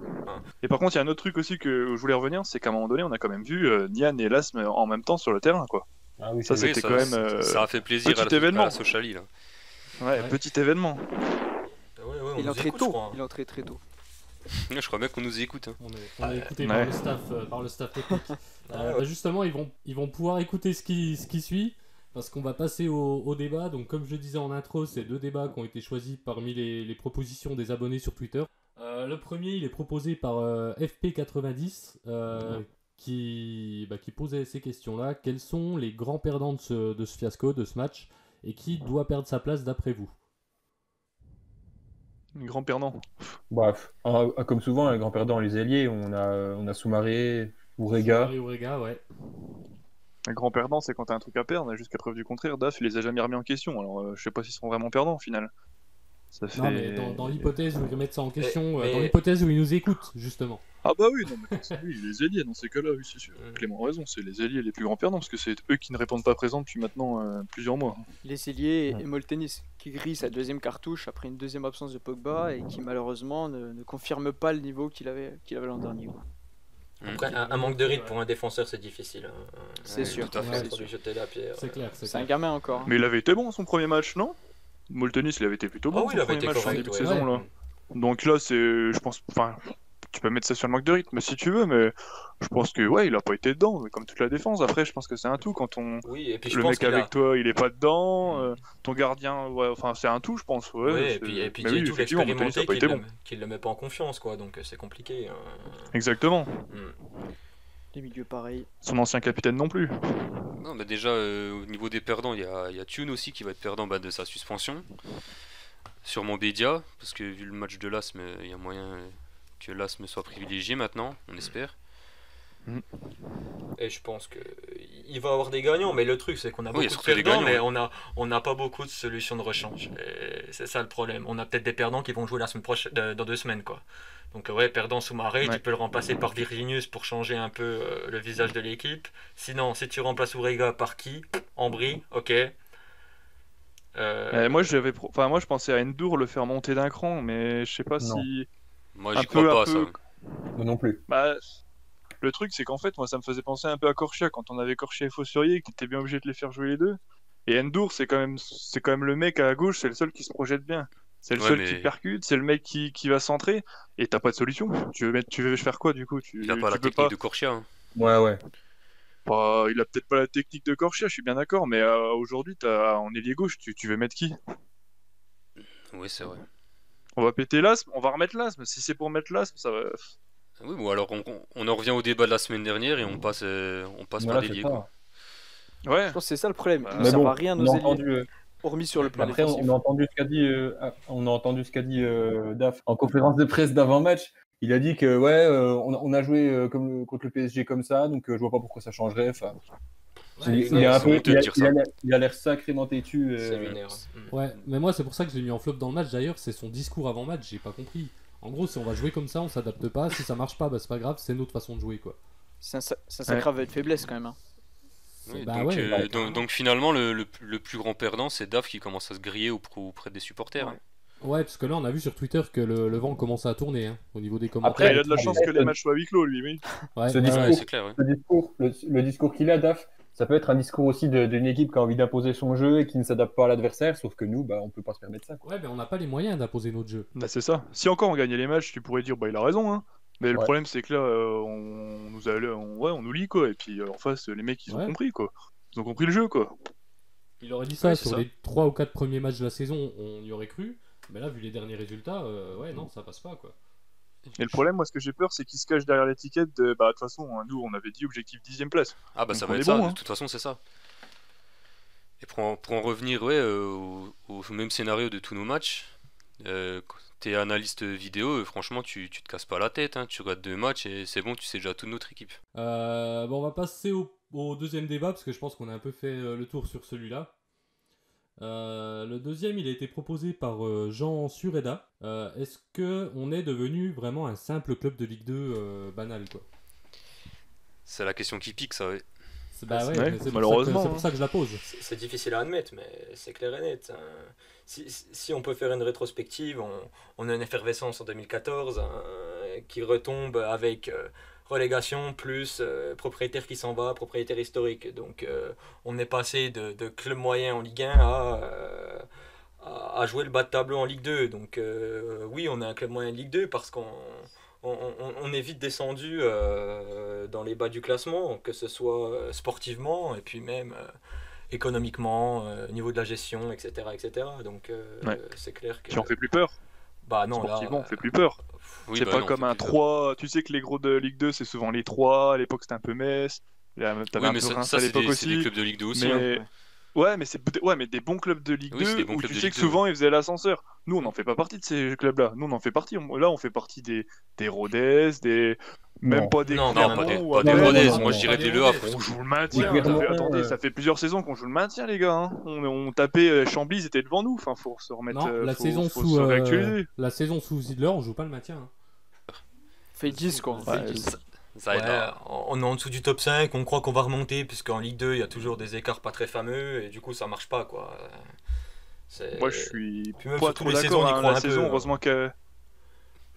[SPEAKER 11] Et par contre, il y a un autre truc aussi que je voulais revenir, c'est qu'à un moment donné, on a quand même vu euh, Nian et Lasme en même temps sur le terrain, quoi.
[SPEAKER 9] Ah oui,
[SPEAKER 11] Ça,
[SPEAKER 9] c'est-
[SPEAKER 11] c'était
[SPEAKER 7] Oui,
[SPEAKER 11] quand même, euh,
[SPEAKER 7] ça a fait plaisir
[SPEAKER 11] petit
[SPEAKER 7] à la,
[SPEAKER 11] événement.
[SPEAKER 7] à la Sochali là.
[SPEAKER 11] Ouais,
[SPEAKER 6] Ouais.
[SPEAKER 11] petit événement.
[SPEAKER 8] Ouais, ouais, on
[SPEAKER 10] Il
[SPEAKER 8] nous
[SPEAKER 10] entrait
[SPEAKER 8] écoute, je
[SPEAKER 10] tôt.
[SPEAKER 8] crois, hein.
[SPEAKER 10] Il entrait très tôt.
[SPEAKER 7] Je crois bien qu'on nous écoute. hein.
[SPEAKER 6] On est, on est écouté par,
[SPEAKER 11] Ouais.
[SPEAKER 6] le staff, euh, par le staff technique. Euh,
[SPEAKER 8] Ouais, ouais.
[SPEAKER 6] bah, justement, ils vont, ils vont pouvoir écouter ce qui, ce qui suit, parce qu'on va passer au, au débat. Donc, comme je le disais en intro, c'est deux débats qui ont été choisis parmi les, les propositions des abonnés sur Twitter. Euh, le premier, il est proposé par euh, FP90, euh, qui, bah, qui posait ces questions-là. Quels sont les grands perdants de ce, de ce fiasco, de ce match, et qui doit perdre sa place d'après vous
[SPEAKER 11] Grand perdant.
[SPEAKER 9] Bref, un- un- comme souvent, un grand perdant, les ailiers, on a, on a Soumaré, Ourega.
[SPEAKER 6] Mario Rega, ouais.
[SPEAKER 11] Un grand perdant, c'est quand t'as un truc à perdre, et jusqu'à preuve du contraire, DAF, il les a jamais remis en question. Alors, euh, je sais pas s'ils sont vraiment perdants, au final. Ça fait...
[SPEAKER 6] Non, mais dans, dans l'hypothèse où ils remettent ça en question, euh,
[SPEAKER 8] mais-
[SPEAKER 6] dans l'hypothèse où ils nous écoutent, justement.
[SPEAKER 11] Ah bah oui, non, mais c'est lui, les ailiers, dans ces cas-là, oui, c'est sûr.
[SPEAKER 8] Mm.
[SPEAKER 11] Clément a raison, c'est les ailiers les plus grands perdants, parce que c'est eux qui ne répondent pas présents depuis maintenant euh, plusieurs mois.
[SPEAKER 8] Mm.
[SPEAKER 10] Les ailiers
[SPEAKER 9] Ouais.
[SPEAKER 10] et Moltenis qui grille sa deuxième cartouche après une deuxième absence de Pogba et qui malheureusement ne, ne confirme pas le niveau qu'il avait qu'il avait l'an dernier. quoi.
[SPEAKER 7] Mmh.
[SPEAKER 8] Après, un, un manque de rythme pour un défenseur, c'est difficile. hein.
[SPEAKER 10] C'est
[SPEAKER 7] Ouais,
[SPEAKER 10] sûr.
[SPEAKER 7] tout à
[SPEAKER 8] On
[SPEAKER 7] fait,
[SPEAKER 8] va
[SPEAKER 7] c'est
[SPEAKER 8] lui
[SPEAKER 7] sûr.
[SPEAKER 8] jeter la pierre.
[SPEAKER 6] C'est clair, c'est
[SPEAKER 10] C'est un
[SPEAKER 6] clair.
[SPEAKER 10] gamin encore. hein.
[SPEAKER 11] Mais il avait été bon son premier match, non Moltenis, il avait été plutôt
[SPEAKER 8] Ah
[SPEAKER 11] bon
[SPEAKER 8] oui,
[SPEAKER 11] son
[SPEAKER 8] il avait
[SPEAKER 11] premier
[SPEAKER 8] été
[SPEAKER 11] match en
[SPEAKER 8] correct,
[SPEAKER 11] début de
[SPEAKER 8] ouais.
[SPEAKER 11] saison, là. Donc là, c'est, je pense, enfin, tu peux mettre ça sur le manque de rythme si tu veux, mais je pense que ouais, il a pas été dedans, mais comme toute la défense. Après, je pense que c'est un tout quand on,
[SPEAKER 8] Oui, et puis je
[SPEAKER 11] le
[SPEAKER 8] pense
[SPEAKER 11] mec
[SPEAKER 8] qu'il a- Mm.
[SPEAKER 11] avec toi, il est pas dedans, euh, ton gardien, ouais, enfin, c'est un tout, je pense. Ouais,
[SPEAKER 8] Ouais,
[SPEAKER 11] c'est-
[SPEAKER 8] et puis, et puis
[SPEAKER 11] mais
[SPEAKER 8] il y
[SPEAKER 11] oui,
[SPEAKER 8] a tout
[SPEAKER 11] effectivement, Montenis
[SPEAKER 8] l'expérimenté
[SPEAKER 11] a pas
[SPEAKER 8] qui
[SPEAKER 11] été
[SPEAKER 8] ne
[SPEAKER 11] bon.
[SPEAKER 8] le met pas en confiance, quoi, donc euh, c'est compliqué. euh.
[SPEAKER 11] Exactement.
[SPEAKER 8] Hmm.
[SPEAKER 10] Les milieux pareils.
[SPEAKER 11] Son ancien capitaine non plus.
[SPEAKER 7] Non, mais déjà, euh, au niveau des perdants, il y a, il y a Thune aussi qui va être perdant bah, de sa suspension. Sûrement Bédia, parce que vu le match de l'asthme, il y a moyen euh, que l'asthme soit privilégié maintenant, on espère.
[SPEAKER 8] Et je pense que il va avoir des gagnants, mais le truc c'est qu'on a
[SPEAKER 7] Oui, il y a
[SPEAKER 8] beaucoup de
[SPEAKER 7] surtout des
[SPEAKER 8] perdants,
[SPEAKER 7] gagnants,
[SPEAKER 8] mais
[SPEAKER 7] ouais.
[SPEAKER 8] on a on n'a pas beaucoup de solutions de rechange. Et C'est ça le problème. On a peut-être des perdants qui vont jouer la semaine prochaine, euh, dans deux semaines, quoi. Donc euh, ouais, perdant Soumaré,
[SPEAKER 11] Ouais.
[SPEAKER 8] tu peux le remplacer par Virginius pour changer un peu euh, le visage de l'équipe. Sinon, si tu remplaces Urega par qui Ambry, ok. Euh,
[SPEAKER 11] Euh, moi, j'avais, pro- enfin, moi, je pensais à Endur le faire monter d'un cran, mais je sais pas
[SPEAKER 9] Non.
[SPEAKER 11] si.
[SPEAKER 7] Moi,
[SPEAKER 11] Un
[SPEAKER 7] j'y
[SPEAKER 11] peu,
[SPEAKER 7] crois pas
[SPEAKER 11] un
[SPEAKER 7] à ça.
[SPEAKER 11] peu.
[SPEAKER 9] Moi non plus.
[SPEAKER 11] Bah, le truc, c'est qu'en fait, moi, ça me faisait penser un peu à Corchia quand on avait Corchia et Fossurier, et que t'étais bien obligé de les faire jouer les deux. Et Endur, c'est quand même, c'est quand même le mec à gauche, c'est le seul qui se projette bien. C'est le
[SPEAKER 7] Ouais,
[SPEAKER 11] seul
[SPEAKER 7] mais-
[SPEAKER 11] qui percute, c'est le mec qui, qui va centrer, et t'as pas de solution. Tu veux mettre, tu veux faire quoi du coup tu,
[SPEAKER 7] Il a pas
[SPEAKER 11] tu
[SPEAKER 7] la
[SPEAKER 11] peux
[SPEAKER 7] technique
[SPEAKER 11] pas-
[SPEAKER 7] de Corchia. hein.
[SPEAKER 9] Ouais, ouais.
[SPEAKER 11] Bah, il a peut-être pas la technique de Corchia, je suis bien d'accord, mais euh, aujourd'hui, t'as en ailier gauche, tu, tu veux mettre qui
[SPEAKER 7] Oui, c'est vrai.
[SPEAKER 11] On va péter l'asthme, on va remettre l'asthme. Si c'est pour mettre l'asthme, ça va.
[SPEAKER 7] Oui, bon, alors on, on en revient au débat de la semaine dernière et on passe, euh, on passe
[SPEAKER 9] Voilà,
[SPEAKER 7] par
[SPEAKER 9] c'est
[SPEAKER 7] l'ailier.
[SPEAKER 9] ça.
[SPEAKER 7] quoi.
[SPEAKER 11] Ouais.
[SPEAKER 10] Je pense que c'est Euh, ça le problème.
[SPEAKER 11] Bah,
[SPEAKER 10] Ils ne
[SPEAKER 9] Mais
[SPEAKER 10] servent
[SPEAKER 9] bon,
[SPEAKER 10] à rien
[SPEAKER 9] on
[SPEAKER 10] nos
[SPEAKER 9] a
[SPEAKER 10] ailiers,
[SPEAKER 9] entendu, euh,
[SPEAKER 10] hormis sur le plan
[SPEAKER 9] Après, on,
[SPEAKER 10] défensif.
[SPEAKER 9] on a entendu ce qu'a dit, euh, ah, on a entendu ce qu'a dit euh, Daf en conférence de presse d'avant-match. Il a dit que ouais, euh, on, a- on a joué euh, comme le- contre le PSG comme ça, donc euh, je vois pas pourquoi ça changerait. Enfin, c'est-
[SPEAKER 6] Ouais,
[SPEAKER 9] il,
[SPEAKER 6] c'est-
[SPEAKER 9] a un
[SPEAKER 7] c'est
[SPEAKER 9] peu-
[SPEAKER 7] honteux
[SPEAKER 9] il a-
[SPEAKER 7] de dire
[SPEAKER 9] il a
[SPEAKER 7] ça.
[SPEAKER 9] l'air- il a l'air sacrément têtu. euh,
[SPEAKER 8] c'est lunaire. Hmm.
[SPEAKER 6] Ouais, mais moi c'est pour ça que je l'ai mis en flop dans le match d'ailleurs, c'est son discours avant match, j'ai pas compris. En gros, si on va jouer comme ça, on s'adapte pas, si ça marche pas, bah c'est pas grave, c'est notre façon de jouer quoi.
[SPEAKER 10] C'est un, sa- c'est un sacré aveu de faiblesse quand même. hein.
[SPEAKER 7] Oui,
[SPEAKER 6] Bah
[SPEAKER 7] donc,
[SPEAKER 6] ouais,
[SPEAKER 7] euh,
[SPEAKER 6] bah,
[SPEAKER 7] donc, donc finalement, le, le- le plus grand perdant, c'est Daf qui commence à se griller au- auprès des supporters.
[SPEAKER 10] Ouais.
[SPEAKER 7] hein.
[SPEAKER 6] Ouais, parce que là, on a vu sur Twitter que le, le vent commençait à tourner hein, au niveau des
[SPEAKER 11] Après,
[SPEAKER 6] commentaires.
[SPEAKER 11] il a de la chance que les matchs soient à huis clos, lui. Mais...
[SPEAKER 6] Ouais,
[SPEAKER 9] ce
[SPEAKER 6] ouais,
[SPEAKER 9] discours-
[SPEAKER 6] ouais.
[SPEAKER 7] Ouais, c'est clair, ouais.
[SPEAKER 9] le discours, le, le discours qu'il a, Daf, ça peut être un discours aussi de- d'une équipe qui a envie d'imposer son jeu et qui ne s'adapte pas à l'adversaire, sauf que nous, bah, on peut pas se permettre ça. quoi.
[SPEAKER 6] Ouais, mais on n'a pas les moyens d'imposer notre jeu.
[SPEAKER 11] Bah, c'est ça. Si encore on gagnait les matchs, tu pourrais dire, bah, il a raison, hein. Mais le
[SPEAKER 9] Ouais.
[SPEAKER 11] problème, c'est que là, euh, on nous a, on, ouais, on nous lit, quoi. Et puis, euh, en face, les mecs, ils ont
[SPEAKER 6] Ouais.
[SPEAKER 11] compris, quoi. Ils ont compris le jeu, quoi.
[SPEAKER 6] Il aurait dit ça
[SPEAKER 7] Ouais, c'est
[SPEAKER 6] sur
[SPEAKER 7] ça.
[SPEAKER 6] les 3 ou 4 premiers matchs de la saison, on y aurait cru. Mais là, vu les derniers résultats, euh, ouais, non, ça passe pas, quoi.
[SPEAKER 11] Et le problème, moi, ce que j'ai peur, c'est qu'ils se cachent derrière l'étiquette de, bah, de toute façon, hein, nous, on avait dit objectif 10 place.
[SPEAKER 7] Ah bah
[SPEAKER 11] Donc
[SPEAKER 7] ça
[SPEAKER 11] on
[SPEAKER 7] va
[SPEAKER 11] est
[SPEAKER 7] être ça,
[SPEAKER 11] bon, hein.
[SPEAKER 7] de toute façon c'est ça. Et pour en, pour en revenir ouais, euh, au, au même scénario de tous nos matchs, euh, quand t'es analyste vidéo, euh, franchement tu, tu te casses pas la tête, hein, tu regardes deux matchs et c'est bon, tu sais déjà toute notre équipe.
[SPEAKER 6] Euh, bon, on va passer au, au deuxième débat parce que je pense qu'on a un peu fait euh, le tour sur celui-là. Euh, le deuxième, il a été proposé par euh, Jean Sureda. Euh, Est-ce que on est devenu vraiment un simple club de Ligue 2 euh, banal quoi
[SPEAKER 7] C'est la question qui pique ça, ouais.
[SPEAKER 6] C'est- Bah
[SPEAKER 11] Ouais,
[SPEAKER 6] ouais, mais c'est pour ça que-
[SPEAKER 11] malheureusement,
[SPEAKER 6] c'est pour
[SPEAKER 11] hein.
[SPEAKER 6] ça que je la pose.
[SPEAKER 8] C'est c'est difficile à admettre, mais c'est clair et net. hein. Si, si- si on peut faire une rétrospective, on, on a une effervescence en 2014 hein, qui retombe avec euh, relégation plus euh, propriétaire qui s'en va, propriétaire historique. Donc euh, on est passé de, de club moyen en Ligue 1 à, euh, à, à jouer le bas de tableau en Ligue 2. Donc euh, oui, on est un club moyen de Ligue 2 parce qu'on on, on- on est vite descendu euh, dans les bas du classement, que ce soit euh, sportivement et puis même euh, économiquement, euh, au niveau de la gestion, etc. etc. Donc euh,
[SPEAKER 11] Ouais.
[SPEAKER 8] c'est clair que...
[SPEAKER 11] Tu en fais plus peur.
[SPEAKER 8] Bah non, là,
[SPEAKER 11] Sportivement, on fait
[SPEAKER 8] euh,
[SPEAKER 11] plus peur.
[SPEAKER 7] Oui,
[SPEAKER 11] c'est
[SPEAKER 7] bah
[SPEAKER 11] pas
[SPEAKER 7] non,
[SPEAKER 11] comme
[SPEAKER 7] c'est
[SPEAKER 11] un
[SPEAKER 7] plus-
[SPEAKER 11] 3. Tu sais que les gros de Ligue 2, c'est souvent les 3. À l'époque, c'était un peu Metz. Là, T'avais
[SPEAKER 7] Oui
[SPEAKER 11] un
[SPEAKER 7] mais
[SPEAKER 11] peu
[SPEAKER 7] ça,
[SPEAKER 11] Reims
[SPEAKER 7] ça,
[SPEAKER 11] à
[SPEAKER 7] c'est
[SPEAKER 11] l'époque
[SPEAKER 7] des, c'est des
[SPEAKER 11] aussi.
[SPEAKER 7] clubs de Ligue 2 aussi.
[SPEAKER 11] mais...
[SPEAKER 7] hein.
[SPEAKER 11] ouais. Ouais, mais c'est peut-être- ouais, mais des bons clubs de Ligue
[SPEAKER 7] Oui, c'est
[SPEAKER 11] 2
[SPEAKER 7] des bons
[SPEAKER 11] où
[SPEAKER 7] clubs
[SPEAKER 11] tu
[SPEAKER 7] de
[SPEAKER 11] sais
[SPEAKER 7] Ligue
[SPEAKER 11] que
[SPEAKER 7] 2,
[SPEAKER 11] souvent ils faisaient l'ascenseur. Nous, on n'en fait pas partie de ces clubs-là. Nous, on en fait partie. On- Là, on fait partie des, des Rodez, des. Même
[SPEAKER 9] Non.
[SPEAKER 11] pas des.
[SPEAKER 8] Non,
[SPEAKER 7] Non,
[SPEAKER 11] Clermont
[SPEAKER 7] pas des,
[SPEAKER 11] ou
[SPEAKER 7] pas des
[SPEAKER 11] Aveyron.
[SPEAKER 9] non,
[SPEAKER 7] Rodez,
[SPEAKER 9] non,
[SPEAKER 7] moi je
[SPEAKER 9] non,
[SPEAKER 7] dirais
[SPEAKER 6] pas
[SPEAKER 7] des
[SPEAKER 6] des
[SPEAKER 7] Le Havre.
[SPEAKER 6] Rodez.
[SPEAKER 11] On joue le maintien.
[SPEAKER 9] Oui,
[SPEAKER 11] ça fait-
[SPEAKER 9] Clermont,
[SPEAKER 11] attendez,
[SPEAKER 9] euh.
[SPEAKER 11] ça fait plusieurs saisons qu'on joue le maintien, les gars. hein. On, on tapait euh, Chambly, ils étaient devant nous. Enfin, faut se remettre.
[SPEAKER 6] Non,
[SPEAKER 11] euh,
[SPEAKER 6] la
[SPEAKER 11] faut-
[SPEAKER 6] saison
[SPEAKER 11] faut
[SPEAKER 6] sous
[SPEAKER 11] se
[SPEAKER 6] euh,
[SPEAKER 11] réactualiser.
[SPEAKER 6] la saison sous Zidler, on joue pas le maintien. hein.
[SPEAKER 10] Fait 10 quoi.
[SPEAKER 6] Ouais,
[SPEAKER 10] Fait 10.
[SPEAKER 7] ça- Ça aide hein.
[SPEAKER 8] Ouais,
[SPEAKER 7] à-
[SPEAKER 8] on est en dessous du top 5, on croit qu'on va remonter, puisqu'en Ligue 2, il y a toujours des écarts pas très fameux, et du coup, ça marche pas, quoi. Euh, c'est-
[SPEAKER 11] Moi, je
[SPEAKER 9] euh,
[SPEAKER 11] suis
[SPEAKER 8] Puis même
[SPEAKER 11] pas
[SPEAKER 8] sur tous
[SPEAKER 11] trop
[SPEAKER 8] les saisons, on
[SPEAKER 11] d'accord.
[SPEAKER 8] y
[SPEAKER 11] hein,
[SPEAKER 8] croit
[SPEAKER 11] La
[SPEAKER 8] un peu,
[SPEAKER 11] saison,
[SPEAKER 8] hein.
[SPEAKER 7] euh.
[SPEAKER 11] heureusement que.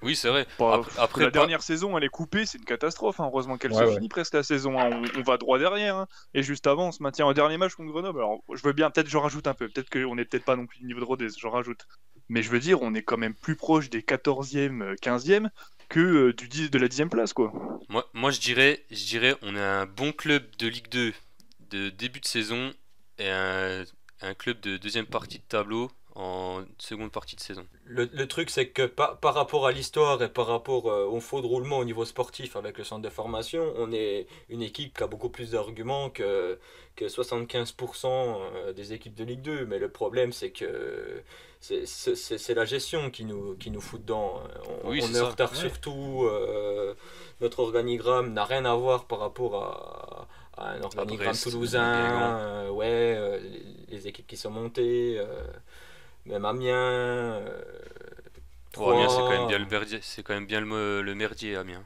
[SPEAKER 7] Oui c'est vrai.
[SPEAKER 11] Bah,
[SPEAKER 7] Après- après,
[SPEAKER 11] la
[SPEAKER 7] pas-
[SPEAKER 11] dernière saison, elle est coupée, c'est une catastrophe. hein. Heureusement qu'elle
[SPEAKER 9] Ouais,
[SPEAKER 11] se
[SPEAKER 9] ouais.
[SPEAKER 11] finit presque la saison. hein. On, on va droit derrière. hein. Et juste avant, on se maintient au dernier match contre Grenoble. Alors, je veux bien, peut-être, j'en rajoute un peu. Peut-être qu'on n'est peut-être pas non plus du niveau de Rodez, j'en rajoute. Mais je veux dire, on est quand même plus proche des 14e, euh, 15e que euh, du 10, de la 10e place, quoi.
[SPEAKER 7] Moi, moi je dirais, je dirais, on a un bon club de Ligue 2 de début de saison et un, un club de deuxième partie de tableau en seconde partie de saison.
[SPEAKER 8] Le, le truc, c'est que pa- par rapport à l'histoire et par rapport euh, au faux de roulement au niveau sportif avec le centre de formation, on est une équipe qui a beaucoup plus d'arguments que, que 75% euh, des équipes de Ligue 2. Mais le problème, c'est que c'est- c'est c'est- c'est la gestion qui nous, qui nous fout dedans. On,
[SPEAKER 7] Oui,
[SPEAKER 8] on
[SPEAKER 7] c'est
[SPEAKER 8] est en
[SPEAKER 7] ça,
[SPEAKER 8] retard euh,
[SPEAKER 6] ouais.
[SPEAKER 8] surtout. notre organigramme n'a rien à voir par rapport à, à un organigramme
[SPEAKER 7] Brest,
[SPEAKER 8] toulousain.
[SPEAKER 7] Guingamp.
[SPEAKER 8] euh, ouais, euh, les, les équipes qui sont montées. euh, même Amiens. euh,
[SPEAKER 7] Pour Amiens, c'est quand
[SPEAKER 8] Troyes.
[SPEAKER 7] même bien le merdier, c'est quand même bien le, me- le merdier Amiens.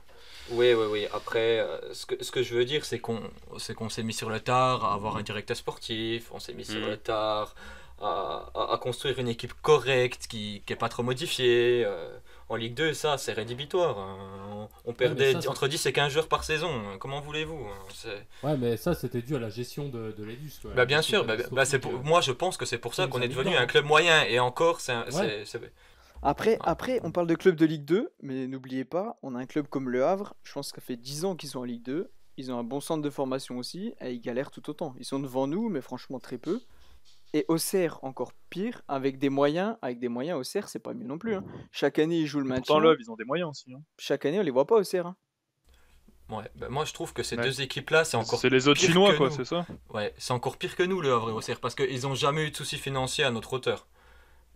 [SPEAKER 8] Oui, oui, oui. Après, euh, ce que, ce que je veux dire, c'est qu'on c'est qu'on s'est mis sur le tard à avoir un directeur sportif, on s'est mis sur
[SPEAKER 7] Mhm.
[SPEAKER 8] le tard à, à- à construire une équipe correcte qui n'est pas trop modifiée. euh, en Ligue 2, ça, c'est rédhibitoire. hein. On, on perdait
[SPEAKER 6] ça, ça-
[SPEAKER 8] entre 10 et 15 joueurs par saison. hein. Comment voulez-vous hein. C'est-
[SPEAKER 6] Ouais, mais ça, c'était dû à la gestion de, de l'Edus. quoi.
[SPEAKER 8] bah, Bien
[SPEAKER 6] La gestion
[SPEAKER 8] sûr, bah, bah, c'est
[SPEAKER 6] catastrophique,
[SPEAKER 8] pour,
[SPEAKER 6] euh.
[SPEAKER 8] moi je pense que c'est pour ça
[SPEAKER 6] qui nous
[SPEAKER 8] qu'on
[SPEAKER 6] a
[SPEAKER 8] est
[SPEAKER 6] mis
[SPEAKER 8] devenu
[SPEAKER 6] dedans.
[SPEAKER 8] un club moyen. Et encore, c'est un-
[SPEAKER 6] Ouais.
[SPEAKER 8] c'est- c'est-
[SPEAKER 10] Après, après, on parle de club de Ligue 2, mais n'oubliez pas, on a un club comme Le Havre, je pense que ça fait 10 ans qu'ils sont en Ligue 2, ils ont un bon centre de formation aussi, et ils galèrent tout autant. Ils sont devant nous, mais franchement très peu. Et Auxerre, encore pire, avec des moyens, avec des moyens, Auxerre, c'est pas mieux non plus. hein. Chaque année, ils jouent le
[SPEAKER 11] Pourtant,
[SPEAKER 10] maintien.
[SPEAKER 11] Love, ils ont des moyens aussi. hein.
[SPEAKER 10] Chaque année, on les voit pas Auxerre. hein.
[SPEAKER 8] ouais. Bah, moi je trouve que ces
[SPEAKER 11] Ouais.
[SPEAKER 8] deux équipes-là, c'est encore
[SPEAKER 11] C'est les autres
[SPEAKER 8] pire
[SPEAKER 11] Chinois,
[SPEAKER 8] que
[SPEAKER 11] quoi,
[SPEAKER 8] nous.
[SPEAKER 11] c'est ça
[SPEAKER 8] Ouais, c'est encore pire que nous, le Havre et Auxerre, parce qu'ils n'ont jamais eu de soucis financiers à notre hauteur.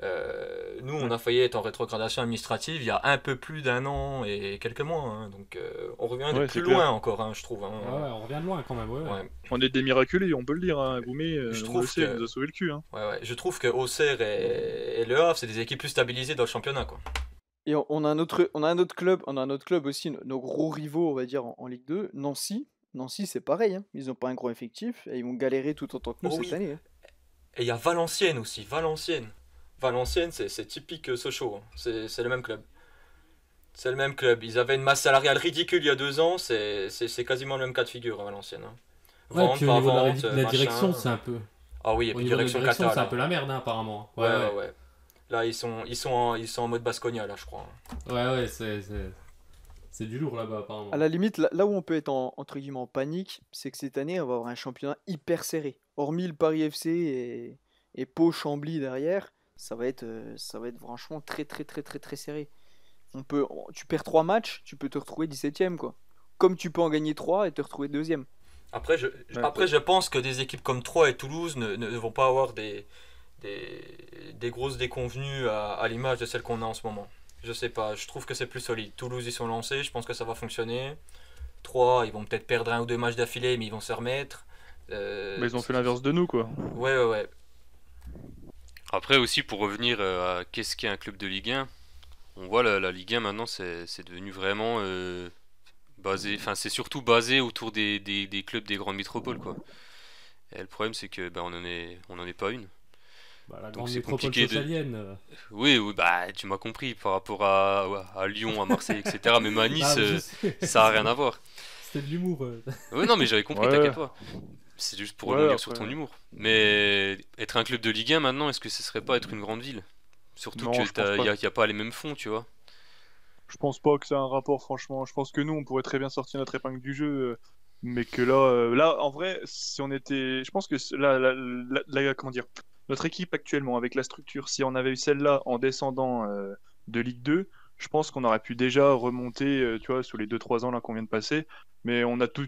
[SPEAKER 8] Euh, nous, on a failli être en rétrogradation administrative il y a un peu plus d'un an et quelques mois. hein, donc, euh, on revient de
[SPEAKER 11] Ouais,
[SPEAKER 8] plus
[SPEAKER 11] c'est clair.
[SPEAKER 8] loin encore, hein, je trouve. hein.
[SPEAKER 6] Ouais, ouais, on revient de loin quand même. ouais, ouais.
[SPEAKER 8] Ouais,
[SPEAKER 11] On est des miraculés, on peut le dire. Hein. Goumé, euh,
[SPEAKER 8] Je
[SPEAKER 11] on
[SPEAKER 8] trouve
[SPEAKER 11] le sait,
[SPEAKER 8] que-
[SPEAKER 11] il nous a sauvé le cul. hein.
[SPEAKER 8] ouais, ouais. Je trouve que Auxerre et, et Le Havre, c'est des équipes plus stabilisées dans le championnat. Quoi.
[SPEAKER 10] Et on, on a un autre, on a un autre club, on a un autre club aussi, nos- nos gros rivaux, on va dire, en, en Ligue 2, Nancy. Nancy, c'est pareil, hein. ils ont pas un gros effectif, et ils vont galérer tout autant que nous
[SPEAKER 8] Oh
[SPEAKER 10] cette
[SPEAKER 8] oui.
[SPEAKER 10] année. hein.
[SPEAKER 8] Et il y a Valenciennes aussi, Valenciennes. Valenciennes, c'est c'est typique euh, Sochaux. hein. C'est c'est le même club. C'est le même club. Ils avaient une masse salariale ridicule il y a deux ans. C'est c'est- c'est quasiment le même cas de figure à Valenciennes. hein.
[SPEAKER 6] Ouais,
[SPEAKER 8] Vente,
[SPEAKER 6] puis
[SPEAKER 8] pas
[SPEAKER 6] au niveau de la,
[SPEAKER 8] vente,
[SPEAKER 6] de la
[SPEAKER 8] machin.
[SPEAKER 6] direction, c'est un peu.
[SPEAKER 8] Ah oui, et
[SPEAKER 6] Au
[SPEAKER 8] puis
[SPEAKER 6] niveau de la
[SPEAKER 8] direction,
[SPEAKER 6] direction, c'est
[SPEAKER 8] Qatar,
[SPEAKER 6] un
[SPEAKER 8] là.
[SPEAKER 6] peu la merde, hein, apparemment.
[SPEAKER 8] Ouais, ouais, ouais. Là, ils sont, ils, sont en, ils sont en mode Basconia, là, je crois. hein.
[SPEAKER 6] Ouais, ouais, c'est. c'est- C'est du lourd là-bas, apparemment.
[SPEAKER 10] À la limite, là, là où on peut être en, entre guillemets en panique, c'est que cette année, on va avoir un championnat hyper serré. Hormis le Paris FC et, et Pau-Chambly derrière, ça va, être, euh, ça va être franchement très très très très très serré. On peut, on- tu perds 3 matchs, tu peux te retrouver 17ème quoi. Comme tu peux en gagner 3 et te retrouver 2ème.
[SPEAKER 8] Après, je, après, je pense que des équipes comme Troyes et Toulouse ne, ne vont pas avoir des, des, des grosses déconvenues à, à l'image de celles qu'on a en ce moment. Je sais pas, je trouve que c'est plus solide. Toulouse, ils sont lancés, je pense que ça va fonctionner. Troyes, ils vont peut-être perdre un ou deux matchs d'affilée, mais ils vont se remettre. Euh,
[SPEAKER 11] Mais ils ont fait l'inverse de nous, quoi.
[SPEAKER 8] Ouais, ouais, ouais.
[SPEAKER 7] Après aussi, pour revenir euh, à qu'est-ce qu'est un club de Ligue 1, on voit la, la Ligue 1 maintenant, c'est c'est devenu vraiment euh, basé, enfin c'est surtout basé autour des, des- des clubs des grandes métropoles quoi. Et le problème c'est que ben, on en est, on en est pas une.
[SPEAKER 6] Bah, la
[SPEAKER 7] Donc
[SPEAKER 6] grande
[SPEAKER 7] c'est
[SPEAKER 6] métropole
[SPEAKER 7] compliqué de-
[SPEAKER 6] socialienne. euh.
[SPEAKER 7] Oui, oui, bah tu m'as compris par rapport à, ouais, à Lyon, à Marseille, etc. Même à Nice,
[SPEAKER 11] Bah,
[SPEAKER 6] Ah, mais je
[SPEAKER 7] euh,
[SPEAKER 6] sais.
[SPEAKER 7] ça a rien à voir.
[SPEAKER 6] C'était de l'humour. euh.
[SPEAKER 7] Oui, non mais j'avais compris,
[SPEAKER 11] Ouais.
[SPEAKER 7] t'inquiète pas. C'est juste pour
[SPEAKER 11] Ouais,
[SPEAKER 7] revenir sur
[SPEAKER 11] après.
[SPEAKER 7] ton humour. Mais être un club de Ligue 1 maintenant, est-ce que ce serait pas être une grande ville? Surtout
[SPEAKER 11] Non,
[SPEAKER 7] que
[SPEAKER 11] je pense
[SPEAKER 7] t'as-
[SPEAKER 11] pas.
[SPEAKER 7] y a, y a pas les mêmes fonds, tu vois.
[SPEAKER 11] Je pense pas que ça a un rapport, franchement. Je pense que nous, on pourrait très bien sortir notre épingle du jeu, euh, mais que là, euh, là, en vrai, si on était, je pense que c- là, là, là- là, comment dire, notre équipe actuellement avec la structure, si on avait eu celle-là en descendant euh, de Ligue 2, je pense qu'on aurait pu déjà remonter, euh, tu vois, sous les 2-3 ans là qu'on vient de passer. Mais on a tout,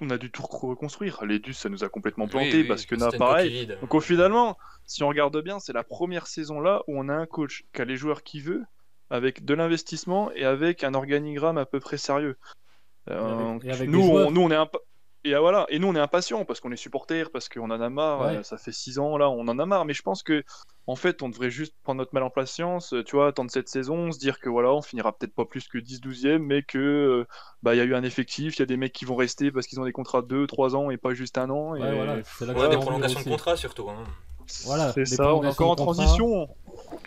[SPEAKER 11] on a dû tout reconstruire. Les dus, ça nous a complètement
[SPEAKER 7] Oui,
[SPEAKER 11] planté
[SPEAKER 7] oui,
[SPEAKER 11] parce que
[SPEAKER 8] C'était
[SPEAKER 11] là,
[SPEAKER 8] une
[SPEAKER 11] pareil.
[SPEAKER 8] coquille vide.
[SPEAKER 11] Donc au finalement, si on regarde bien, c'est la première saison là où on a un coach qui a les joueurs qu'il veut, avec de l'investissement et avec un organigramme à peu près sérieux. Euh,
[SPEAKER 6] avec- et avec
[SPEAKER 11] nous,
[SPEAKER 6] des joueurs.
[SPEAKER 11] on, nous, on est impa- et ah, voilà, et nous on est impatients parce qu'on est supporters, parce qu'on en a marre.
[SPEAKER 6] Ouais.
[SPEAKER 11] euh, ça fait six ans là, on en a marre. Mais je pense que en fait, on devrait juste prendre notre mal en patience, euh, tu vois, attendre cette saison, se dire que voilà, on finira peut-être pas plus que 10-12e, mais que euh, bah il y a eu un effectif, il y a des mecs qui vont rester parce qu'ils ont des contrats de 2 3 ans et pas juste un an.
[SPEAKER 6] Ouais,
[SPEAKER 11] et-
[SPEAKER 6] voilà, c'est là que
[SPEAKER 8] Ouais,
[SPEAKER 6] j'ai
[SPEAKER 8] des
[SPEAKER 6] envie
[SPEAKER 8] prolongations de
[SPEAKER 6] aussi.
[SPEAKER 8] contrat surtout. hein.
[SPEAKER 6] Voilà,
[SPEAKER 11] c'est
[SPEAKER 6] des
[SPEAKER 11] ça, on est
[SPEAKER 6] prolongations
[SPEAKER 11] encore en
[SPEAKER 6] de contrat.
[SPEAKER 11] transition.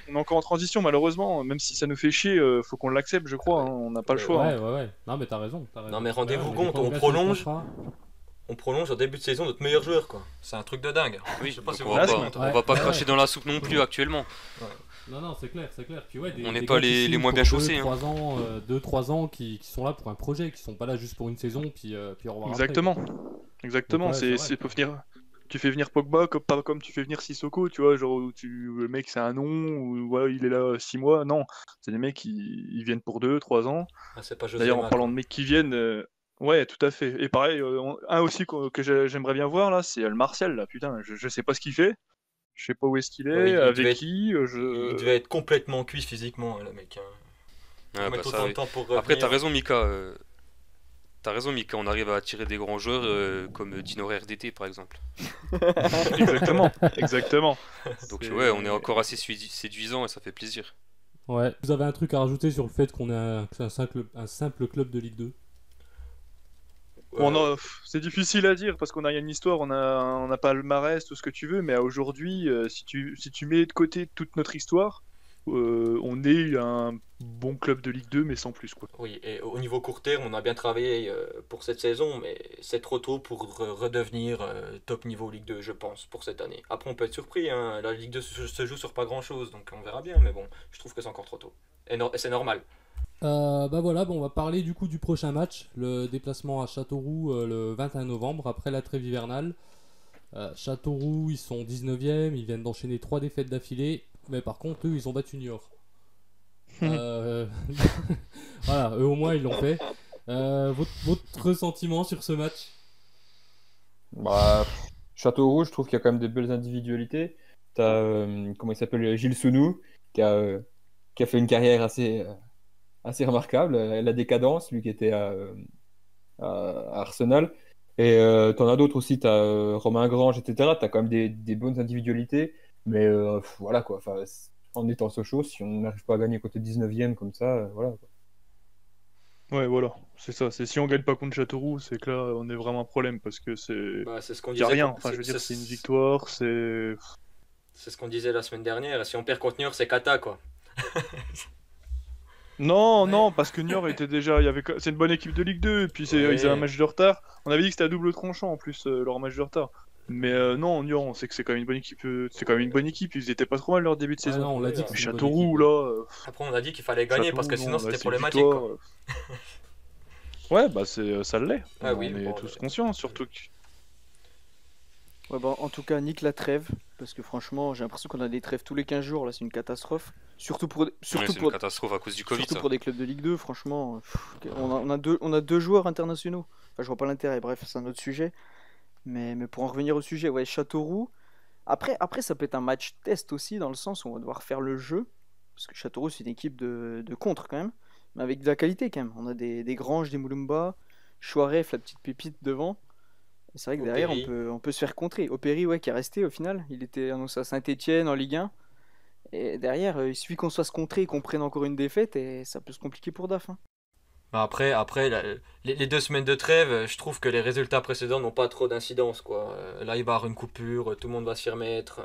[SPEAKER 11] On est encore en transition, malheureusement. Même si ça nous fait chier, euh, faut qu'on l'accepte, je crois. hein, On n'a pas le
[SPEAKER 8] Euh, Ouais,
[SPEAKER 11] choix. hein.
[SPEAKER 6] Ouais, ouais, ouais. Non, mais t'as raison. t'as raison.
[SPEAKER 8] Non, mais rendez-vous
[SPEAKER 6] Ouais,
[SPEAKER 8] compte,
[SPEAKER 6] les
[SPEAKER 8] on
[SPEAKER 6] prolongations de
[SPEAKER 8] prolonge.
[SPEAKER 6] contrat.
[SPEAKER 8] On prolonge en début de saison notre meilleur joueur, quoi. C'est un truc de dingue.
[SPEAKER 7] Oui,
[SPEAKER 8] Je sais pas
[SPEAKER 7] donc
[SPEAKER 8] si
[SPEAKER 7] on
[SPEAKER 8] vous
[SPEAKER 7] va
[SPEAKER 11] vous
[SPEAKER 7] pas,
[SPEAKER 11] rendez
[SPEAKER 7] on
[SPEAKER 8] compte, ouais.
[SPEAKER 7] va pas
[SPEAKER 6] Ouais,
[SPEAKER 7] cracher
[SPEAKER 6] ouais.
[SPEAKER 7] dans la soupe non plus actuellement.
[SPEAKER 6] Non, non, c'est clair, c'est clair. Puis ouais, des-
[SPEAKER 7] On
[SPEAKER 6] des
[SPEAKER 7] n'est pas
[SPEAKER 6] gars
[SPEAKER 7] les-
[SPEAKER 6] qui
[SPEAKER 7] les
[SPEAKER 6] signent
[SPEAKER 7] moins
[SPEAKER 6] pour
[SPEAKER 7] bien
[SPEAKER 6] deux,
[SPEAKER 7] chaussés, hein.
[SPEAKER 6] trois ans, euh, deux, trois ans qui, qui sont là pour un projet, qui sont pas là juste pour une saison, puis, euh, puis au revoir. après,
[SPEAKER 11] Exactement.
[SPEAKER 6] Donc,
[SPEAKER 11] Exactement.
[SPEAKER 6] ouais,
[SPEAKER 11] c'est,
[SPEAKER 6] c'est vrai.
[SPEAKER 11] c'est- faut venir. Tu fais venir Pogba comme, pas comme tu fais venir Sissoko, tu vois, genre où tu, le mec c'est un nom, ou voilà, il est là euh, six mois. Non, c'est des mecs qui ils viennent pour deux, trois ans.
[SPEAKER 8] Ah, c'est pas José
[SPEAKER 11] D'ailleurs, en
[SPEAKER 8] Mac.
[SPEAKER 11] parlant de mecs qui viennent, euh, ouais, tout à fait. Et pareil, euh, on- un aussi qu'on- que, j'ai- j'aimerais bien voir là, c'est le Martial là. Putain, je, je sais pas ce qu'il fait, je sais pas où est-ce qu'il est,
[SPEAKER 8] Ouais, il- il
[SPEAKER 11] avec
[SPEAKER 8] devait être-
[SPEAKER 11] qui. euh, je...
[SPEAKER 8] Il devait être complètement cuit physiquement, hein, le mec. hein.
[SPEAKER 7] Ouais,
[SPEAKER 8] Mettre
[SPEAKER 7] bah,
[SPEAKER 8] autant
[SPEAKER 7] ça,
[SPEAKER 8] de
[SPEAKER 7] oui.
[SPEAKER 8] temps pour
[SPEAKER 7] Après,
[SPEAKER 8] revenir.
[SPEAKER 7] t'as raison, Mika. euh, T'as raison, Mika. On arrive à attirer des grands joueurs euh, comme Dino RDT, par exemple.
[SPEAKER 11] Exactement, exactement.
[SPEAKER 7] Donc,
[SPEAKER 11] C'est-
[SPEAKER 7] ouais, on est encore assez sui- séduisant et ça fait plaisir.
[SPEAKER 6] Ouais. Vous avez un truc à rajouter sur le fait qu'on est un, que c'est un simple, un simple club de Ligue 2
[SPEAKER 11] On a- pff, C'est difficile à dire parce qu'on a il y a une histoire, on a, on a pas le marès, tout ce que tu veux, mais à aujourd'hui, euh, si, tu, si tu mets de côté toute notre histoire, euh, on est un bon club de Ligue 2, mais sans plus quoi.
[SPEAKER 8] Oui, et au niveau court terme, on a bien travaillé euh, pour cette saison, mais c'est trop tôt pour re- redevenir euh, top niveau Ligue 2, je pense, pour cette année. Après, on peut être surpris, hein, la Ligue 2 se, se joue sur pas grand-chose, donc on verra bien, mais bon, je trouve que c'est encore trop tôt. Et, no- et c'est normal.
[SPEAKER 6] Euh, bah voilà, bon, on va parler du coup du prochain match, le déplacement à Châteauroux euh, le 21 novembre après la trêve hivernale. Euh, Châteauroux, ils sont 19e, ils viennent d'enchaîner trois défaites d'affilée, mais par contre, eux, ils ont battu Niort. Euh, voilà, eux au moins, ils l'ont fait. Euh, votre, votre sentiment sur ce match
[SPEAKER 9] Bah, Châteauroux, je trouve qu'il y a quand même des belles individualités. T'as, euh, comment il s'appelle, Gilles Sounou, qui a, euh, qui a fait une carrière assez, euh, assez remarquable. Euh, La décadence, lui qui était à, euh, à- à Arsenal. Et euh, t'en as d'autres aussi, t'as euh, Romain Grange, etc. T'as quand même des, des bonnes individualités. Mais euh, pff, voilà quoi, Enfin, c- en étant Sochaux, si on n'arrive pas à gagner côté 19ème comme ça, euh, voilà. quoi.
[SPEAKER 11] Ouais, voilà, c'est ça. C'est si on gagne pas contre Châteauroux, c'est que là, on est vraiment un problème parce que c'est.
[SPEAKER 8] Bah, c'est ce qu'on
[SPEAKER 11] Il y a
[SPEAKER 8] disait.
[SPEAKER 11] rien,
[SPEAKER 8] pour-
[SPEAKER 11] enfin je veux dire, c'est
[SPEAKER 8] c'est-
[SPEAKER 11] une victoire, c'est.
[SPEAKER 8] C'est ce qu'on disait la semaine dernière. et Si on perd contre Niort, c'est cata, quoi.
[SPEAKER 11] Non, non, parce que Niort était déjà. il y avait... C'est une bonne équipe de Ligue 2, et puis c'est...
[SPEAKER 8] Ouais.
[SPEAKER 11] ils avaient un match de retard. On avait dit que c'était à double tranchant en plus, euh, leur match de retard. Mais euh, non, Niort, on sait que c'est quand même une bonne équipe. euh, C'est quand même une bonne équipe, ils étaient pas trop mal leur début de
[SPEAKER 6] Ah
[SPEAKER 11] saison.
[SPEAKER 6] non, on l'a dit.
[SPEAKER 8] Mais
[SPEAKER 6] que
[SPEAKER 11] Mais
[SPEAKER 6] c'est une bonne
[SPEAKER 11] Châteauroux,
[SPEAKER 6] équipe.
[SPEAKER 11] là. euh,
[SPEAKER 8] Après, on a dit qu'il fallait gagner
[SPEAKER 11] Châteauroux,
[SPEAKER 8] parce que sinon
[SPEAKER 11] non,
[SPEAKER 8] c'était
[SPEAKER 11] là, c'est
[SPEAKER 8] problématique.
[SPEAKER 11] victoire,
[SPEAKER 8] quoi.
[SPEAKER 11] euh. Ouais, bah c'est, ça l'est.
[SPEAKER 8] Ah
[SPEAKER 11] on
[SPEAKER 8] oui,
[SPEAKER 11] est
[SPEAKER 8] bon,
[SPEAKER 11] tous
[SPEAKER 8] mais-
[SPEAKER 11] conscients, surtout que
[SPEAKER 10] Ouais, bah, en tout cas, nique la trêve, parce que franchement, j'ai l'impression qu'on a des trêves tous les 15 jours, là, c'est une catastrophe. Surtout pour, des-
[SPEAKER 7] Ouais,
[SPEAKER 10] surtout
[SPEAKER 7] c'est une
[SPEAKER 10] pour,
[SPEAKER 7] catastrophe à cause du Covid.
[SPEAKER 10] surtout
[SPEAKER 7] ça.
[SPEAKER 10] pour des clubs de Ligue 2, franchement. pff, on, a, on a deux, on a deux joueurs internationaux. Enfin, je vois pas l'intérêt, bref, c'est un autre sujet. Mais, mais pour en revenir au sujet, ouais, Châteauroux. Après, après, ça peut être un match test aussi, dans le sens où on va devoir faire le jeu. Parce que Châteauroux, c'est une équipe de, de contre quand même. Mais avec de la qualité quand même. On a des, des Granges, des Moulumba, Chouaref, la petite pépite devant. Et C'est vrai que derrière, on
[SPEAKER 8] Opéry.
[SPEAKER 10] peut, on peut se faire contrer. Opéry, ouais, qui est resté au final. Il était annoncé à Saint-Etienne en Ligue 1. Et derrière, euh, il suffit qu'on se fasse contrer et qu'on prenne encore une défaite. Et ça peut se compliquer pour DAF. hein.
[SPEAKER 8] Bah, Après, après la- les, les deux semaines de trêve, euh, je trouve que les résultats précédents n'ont pas trop d'incidence. quoi. Euh, Là, il va y avoir une coupure, euh, tout le monde va s'y remettre.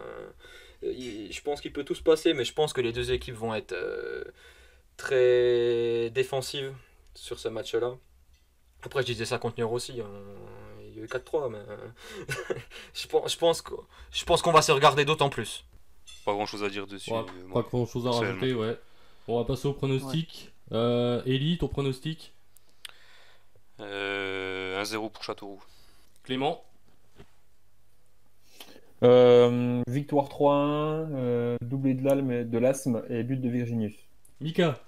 [SPEAKER 8] euh, il- Je pense qu'il peut tout se passer, mais je pense que les deux équipes vont être euh, très défensives sur ce match-là. Après, je disais ça contre Niort aussi. on- Il y a eu 4-3, mais euh, je pense, je pense que- je pense qu'on va se regarder d'autant plus.
[SPEAKER 7] Pas grand chose à dire dessus.
[SPEAKER 6] Ouais,
[SPEAKER 7] euh,
[SPEAKER 6] pas
[SPEAKER 7] moi.
[SPEAKER 6] grand chose à
[SPEAKER 7] Seulement.
[SPEAKER 6] rajouter, ouais. On va passer au pronostic. Euh, Ellie, ton pronostic
[SPEAKER 7] Euh, 1-0 pour Châteauroux.
[SPEAKER 6] Clément
[SPEAKER 9] Euh, victoire 3-1, euh, doublé de l'alme- de l'asthme et but de Virginius.
[SPEAKER 6] Mika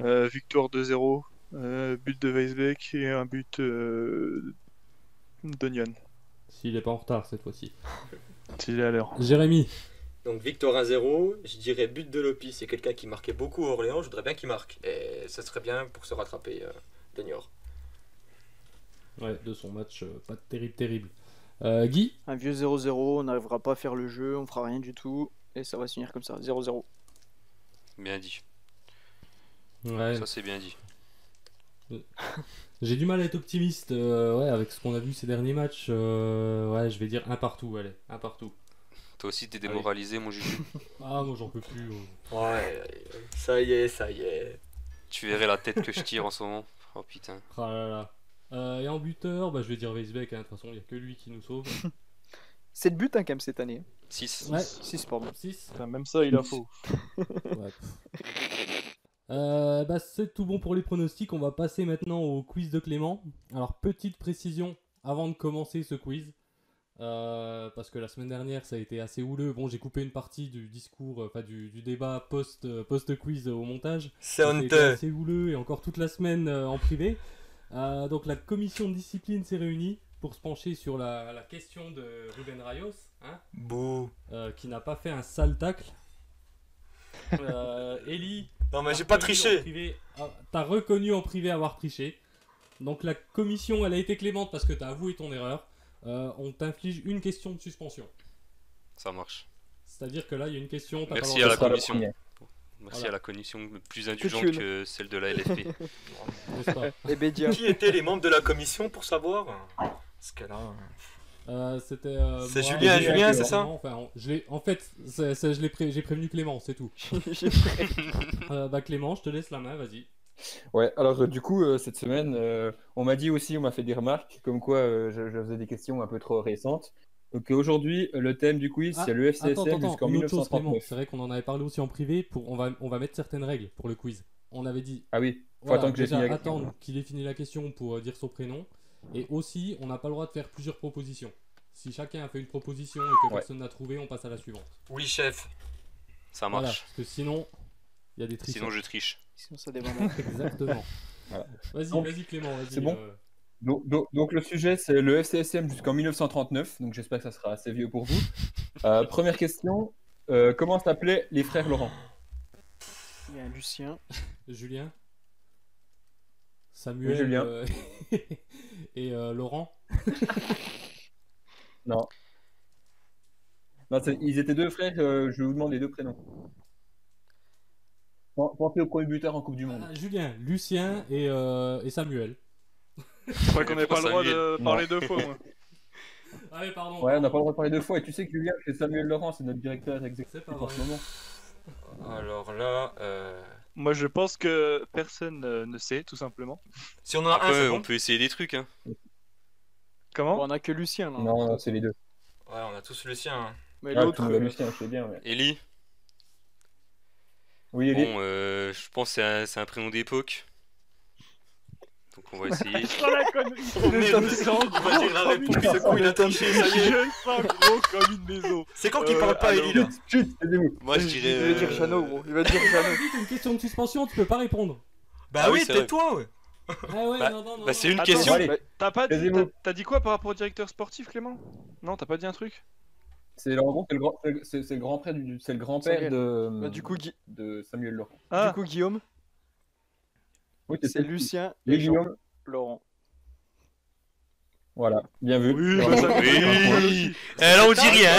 [SPEAKER 11] euh, victoire 2-0, euh, but de Weisbeck et un but euh, d'Onion,
[SPEAKER 6] S'il est pas en retard cette fois-ci.
[SPEAKER 11] s'il est à l'heure.
[SPEAKER 6] Jérémy
[SPEAKER 8] Donc victoire 1-0, je dirais but de Lopi, c'est quelqu'un qui marquait beaucoup à Orléans, je voudrais bien qu'il marque. Et ça serait bien pour se rattraper euh, de Niort.
[SPEAKER 6] Ouais, de son match, euh, pas terrible, terrible. Euh, Guy
[SPEAKER 10] Un vieux 0-0, on n'arrivera pas à faire le jeu, on fera rien du tout. Et ça va se finir comme ça, 0-0.
[SPEAKER 7] Bien dit.
[SPEAKER 6] Ouais.
[SPEAKER 7] Ça, c'est bien dit.
[SPEAKER 6] J'ai du mal à être optimiste euh, ouais, avec ce qu'on a vu ces derniers matchs. euh, ouais, je vais dire un partout, allez, un partout.
[SPEAKER 7] Toi aussi, t'es
[SPEAKER 6] Ah oui.
[SPEAKER 7] démoralisé, mon Juju.
[SPEAKER 6] Ah, moi j'en peux plus. euh.
[SPEAKER 8] Ouais, ça y est, ça y est.
[SPEAKER 7] tu verrais la tête que je tire en ce moment. Oh putain.
[SPEAKER 6] Ah là là. Euh, et en buteur, bah, je vais dire Weisbeck, hein, de toute façon, il n'y a que lui qui nous sauve.
[SPEAKER 10] 7 buts hein, quand même cette année.
[SPEAKER 7] Six.
[SPEAKER 6] Ouais,
[SPEAKER 10] 6 pardon.
[SPEAKER 6] 6.
[SPEAKER 11] Putain, même ça, il a faux.
[SPEAKER 6] Euh, bah, c'est tout bon pour les pronostics. On va passer maintenant au quiz de Clément. Alors, petite précision avant de commencer ce quiz. euh, parce que la semaine dernière, ça a été assez houleux. Bon, j'ai coupé une partie du discours, euh, enfin du, du débat post, euh, post-quiz au montage.
[SPEAKER 8] C'est
[SPEAKER 6] Ça a été
[SPEAKER 8] honteux.
[SPEAKER 6] assez houleux et encore toute la semaine euh, en privé. Euh, donc, la commission de discipline s'est réunie pour se pencher sur la, la question de Ruben Rayos. Hein
[SPEAKER 8] Bouh.
[SPEAKER 6] euh, qui n'a pas fait un sale tacle. Euh, Ellie.
[SPEAKER 8] Non mais
[SPEAKER 6] t'as
[SPEAKER 8] j'ai pas
[SPEAKER 6] reconnu en
[SPEAKER 8] triché.
[SPEAKER 6] privé- ah, T'as reconnu en privé avoir triché. Donc la commission, elle a été clémente parce que t'as avoué ton erreur. Euh, on t'inflige une question de suspension.
[SPEAKER 7] Ça marche.
[SPEAKER 6] C'est-à-dire que là, il y a une question. t'as
[SPEAKER 7] Merci
[SPEAKER 6] pas le
[SPEAKER 7] à
[SPEAKER 6] droit
[SPEAKER 7] la
[SPEAKER 9] Ce
[SPEAKER 6] de-
[SPEAKER 9] sera
[SPEAKER 7] commission.
[SPEAKER 9] première.
[SPEAKER 7] Merci
[SPEAKER 6] Voilà.
[SPEAKER 7] à la commission plus indulgente
[SPEAKER 10] Petune.
[SPEAKER 7] que celle de la LFP.
[SPEAKER 6] n'est-ce pas
[SPEAKER 10] Et Bédia.
[SPEAKER 8] Qui étaient les membres de la commission pour savoir Parce que là...
[SPEAKER 6] Euh, C'était. euh,
[SPEAKER 8] C'est
[SPEAKER 6] moi,
[SPEAKER 8] Julien,
[SPEAKER 6] et
[SPEAKER 9] Julien,
[SPEAKER 6] Clément.
[SPEAKER 9] c'est
[SPEAKER 8] ça
[SPEAKER 6] Enfin, on- je l'ai- en fait, c'est- c'est- je l'ai pré- j'ai prévenu Clément, c'est tout. Euh, bah Clément, je te laisse la main, vas-y.
[SPEAKER 9] Ouais, alors euh, du coup, euh, cette semaine, euh, on m'a dit aussi, on m'a fait des remarques, comme quoi euh, je, je faisais des questions un peu trop récentes. Donc euh, aujourd'hui, euh, le thème du quiz,
[SPEAKER 6] Ah,
[SPEAKER 9] c'est le FCSM jusqu'en
[SPEAKER 6] une autre chose, Clément,
[SPEAKER 9] 1939.
[SPEAKER 6] c'est vrai qu'on en avait parlé aussi en privé. Pour, on, va, on va mettre certaines règles pour le quiz. On avait dit
[SPEAKER 9] Ah oui, faut
[SPEAKER 6] voilà,
[SPEAKER 9] attendre que j'ai
[SPEAKER 6] déjà,
[SPEAKER 9] fini la question.
[SPEAKER 6] attendre qu'il ait fini la question pour euh, dire son prénom. Et aussi, on n'a pas le droit de faire plusieurs propositions. Si chacun a fait une proposition et que
[SPEAKER 9] Ouais.
[SPEAKER 6] personne n'a trouvé, on passe à la suivante.
[SPEAKER 8] Oui chef.
[SPEAKER 7] Ça
[SPEAKER 6] Voilà,
[SPEAKER 7] marche.
[SPEAKER 6] parce que sinon, il y a des triches.
[SPEAKER 7] Sinon, je triche.
[SPEAKER 10] Sinon ça débande.
[SPEAKER 6] Exactement.
[SPEAKER 9] Voilà.
[SPEAKER 6] Vas-y,
[SPEAKER 9] Donc,
[SPEAKER 6] vas-y Clément, vas-y.
[SPEAKER 9] c'est bon
[SPEAKER 6] euh,
[SPEAKER 9] Donc, donc- donc le sujet, c'est le FCSM jusqu'en 1939, donc j'espère que ça sera assez vieux pour vous. Euh, première question, euh, comment s'appelaient les frères Laurent
[SPEAKER 10] Il y a un Lucien.
[SPEAKER 6] Julien Samuel
[SPEAKER 9] Julien.
[SPEAKER 6] euh, et euh, Laurent
[SPEAKER 9] Non, c'est- ils étaient deux frères, euh, je vous demande les deux prénoms. Pen- Pensez au premier buteur en Coupe du Monde.
[SPEAKER 6] Ah, Julien, Lucien et, euh, et Samuel.
[SPEAKER 11] Je crois qu'on n'avait pas le droit
[SPEAKER 7] Samuel.
[SPEAKER 11] de parler deux fois, moi.
[SPEAKER 6] Ah oui, pardon.
[SPEAKER 9] Ouais, on n'a pas le droit de parler deux fois. Et tu sais que Julien, c'est Samuel Laurent, c'est notre directeur
[SPEAKER 6] C'est
[SPEAKER 9] exécutif
[SPEAKER 8] Ah
[SPEAKER 6] pas
[SPEAKER 9] en
[SPEAKER 6] vrai.
[SPEAKER 9] ce moment.
[SPEAKER 8] Alors là, euh,
[SPEAKER 11] Moi, je pense que personne euh, ne sait, tout simplement.
[SPEAKER 8] si
[SPEAKER 6] Ah,
[SPEAKER 8] on en a un,
[SPEAKER 7] Après,
[SPEAKER 8] c'est
[SPEAKER 7] on
[SPEAKER 8] bon.
[SPEAKER 7] peut essayer des trucs. Hein.
[SPEAKER 11] Comment
[SPEAKER 10] Bon, on a que Lucien là.
[SPEAKER 9] Non, non, c'est les deux.
[SPEAKER 8] Ouais, on a tous le sien. hein.
[SPEAKER 10] Mais
[SPEAKER 9] Ah, tout
[SPEAKER 10] Ah. l'autre.
[SPEAKER 9] le monde a
[SPEAKER 10] euh,
[SPEAKER 9] Lucien, je sais bien. mais-
[SPEAKER 7] Ellie,
[SPEAKER 9] Oui, Elie.
[SPEAKER 7] bon, euh, je pense que c'est un, c'est un prénom d'époque. Donc on va essayer.
[SPEAKER 11] On est
[SPEAKER 8] On va dire la réponse, ce coup, il a triché, ça y est.
[SPEAKER 11] Je sens gros comme une maison.
[SPEAKER 8] C'est quand qu'il
[SPEAKER 11] Euh,
[SPEAKER 8] parle pas,
[SPEAKER 11] allô
[SPEAKER 8] Ellie, là
[SPEAKER 9] Chut, aidez-vous.
[SPEAKER 7] Moi je dirais.
[SPEAKER 1] Il va dire
[SPEAKER 7] euh,
[SPEAKER 1] Chano, gros. Il va dire Chano.
[SPEAKER 6] C'est une question de suspension, tu peux pas répondre.
[SPEAKER 8] Bah
[SPEAKER 7] Ah oui,
[SPEAKER 8] oui,
[SPEAKER 7] c'est vrai.
[SPEAKER 8] tais-toi, ouais.
[SPEAKER 6] Ah ouais, non, non, non.
[SPEAKER 7] Bah, c'est une
[SPEAKER 11] Attends,
[SPEAKER 7] question.
[SPEAKER 9] allez.
[SPEAKER 11] T'as pas dit,
[SPEAKER 9] Quasiment.
[SPEAKER 11] t'as- t'as dit quoi par rapport au directeur sportif, Clément Non, t'as pas dit un truc
[SPEAKER 9] C'est le, en gros, c'est le grand, c'est, c'est le grand père du, c'est le grand-père
[SPEAKER 10] Samuel.
[SPEAKER 9] de,
[SPEAKER 10] bah, du coup, Gui-
[SPEAKER 9] de Samuel Laurent.
[SPEAKER 10] du coup, Guillaume,
[SPEAKER 9] Oui,
[SPEAKER 10] c'est Lucien
[SPEAKER 9] Oui,
[SPEAKER 10] et Jean
[SPEAKER 9] Guillaume.
[SPEAKER 10] Laurent.
[SPEAKER 9] Voilà, bien vu.
[SPEAKER 11] Oui,
[SPEAKER 9] Bravo.
[SPEAKER 11] bah, ça-
[SPEAKER 7] Oui Eh, Là on dit rien.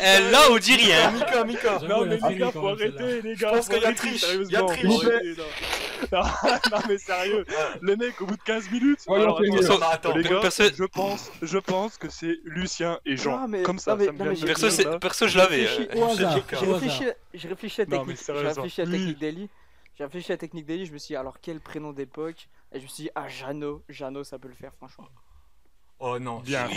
[SPEAKER 7] Eh, Là on dit rien.
[SPEAKER 1] Mika, Mika.
[SPEAKER 6] J'avoue,
[SPEAKER 11] Non
[SPEAKER 6] elle
[SPEAKER 11] mais
[SPEAKER 6] a
[SPEAKER 11] les
[SPEAKER 6] fini
[SPEAKER 11] gars,
[SPEAKER 6] quand
[SPEAKER 11] faut
[SPEAKER 6] même, celle-là.
[SPEAKER 11] arrêter les gars.
[SPEAKER 8] Je pense
[SPEAKER 11] faut
[SPEAKER 8] qu'il y a
[SPEAKER 11] arrêter,
[SPEAKER 8] triche,
[SPEAKER 11] sérieusement,
[SPEAKER 8] il y a triche.
[SPEAKER 11] faut arrêter, Non, Non, mais sérieux, le mec au bout de 15 minutes.
[SPEAKER 9] Voyons,
[SPEAKER 11] alors,
[SPEAKER 9] c'est
[SPEAKER 11] attends,
[SPEAKER 9] mieux.
[SPEAKER 8] Bah, attends,
[SPEAKER 11] les
[SPEAKER 7] per-
[SPEAKER 11] gars,
[SPEAKER 7] perso-
[SPEAKER 11] je pense, je pense que c'est Lucien et Jean.
[SPEAKER 1] Non, mais-
[SPEAKER 11] Comme ça,
[SPEAKER 1] non, mais-
[SPEAKER 11] ça me
[SPEAKER 1] non,
[SPEAKER 11] vient
[SPEAKER 1] mais
[SPEAKER 11] de
[SPEAKER 1] j'ai-
[SPEAKER 7] Perso,
[SPEAKER 11] Lucien,
[SPEAKER 7] c'est-
[SPEAKER 11] là.
[SPEAKER 7] perso je l'avais.
[SPEAKER 1] Réfléchis.
[SPEAKER 7] euh,
[SPEAKER 6] Au hasard,
[SPEAKER 8] J'ai
[SPEAKER 1] J'ai
[SPEAKER 6] au
[SPEAKER 1] réfléchi,
[SPEAKER 6] hasard.
[SPEAKER 1] j'ai réfléchi à la
[SPEAKER 11] Non, mais
[SPEAKER 1] technique. J'ai
[SPEAKER 11] sérieusement.
[SPEAKER 1] réfléchi à la
[SPEAKER 11] Oui.
[SPEAKER 1] technique d'Eli. J'ai réfléchi à la technique d'Eli. Je me suis dit, alors quel prénom d'époque Et je me suis dit, ah, Jeannot. Jeannot, ça peut le faire, franchement.
[SPEAKER 8] Oh non.
[SPEAKER 11] Bien.
[SPEAKER 8] c'est-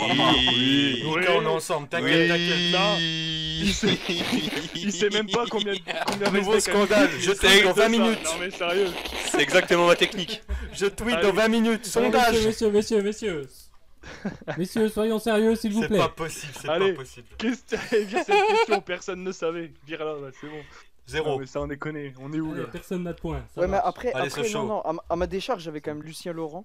[SPEAKER 11] Oui.
[SPEAKER 7] Oui.
[SPEAKER 8] Mika, on est ensemble, t'inquiète, t'inquiète.
[SPEAKER 11] là.
[SPEAKER 7] Il
[SPEAKER 11] sait- Il sait même pas combien de combien
[SPEAKER 8] Nouveau
[SPEAKER 11] restait qu'à
[SPEAKER 8] scandale,
[SPEAKER 11] Lucien.
[SPEAKER 8] je
[SPEAKER 11] C'est
[SPEAKER 8] t'ai- dans
[SPEAKER 11] ça.
[SPEAKER 8] 20 minutes.
[SPEAKER 11] Non mais sérieux.
[SPEAKER 7] C'est exactement ma technique.
[SPEAKER 8] Je tweet
[SPEAKER 11] Allez.
[SPEAKER 8] dans 20 minutes, sondage.
[SPEAKER 6] Messieurs, messieurs, messieurs, messieurs. messieurs, soyons sérieux, s'il vous
[SPEAKER 8] C'est
[SPEAKER 6] plaît.
[SPEAKER 8] pas possible, c'est pas
[SPEAKER 11] Allez.
[SPEAKER 8] possible.
[SPEAKER 11] Question, eh bien, cette question, personne ne savait. Vire là, bah, c'est bon. Non
[SPEAKER 8] Zéro.
[SPEAKER 11] mais ça, on est conné, on est où
[SPEAKER 6] Allez,
[SPEAKER 11] là
[SPEAKER 6] Personne n'a de point. ça
[SPEAKER 10] ouais, mais
[SPEAKER 6] marche.
[SPEAKER 10] après,
[SPEAKER 8] Allez,
[SPEAKER 10] après
[SPEAKER 8] c'est
[SPEAKER 10] non,
[SPEAKER 8] chaud.
[SPEAKER 10] non, à, ma- à ma décharge, j'avais quand même Lucien Laurent,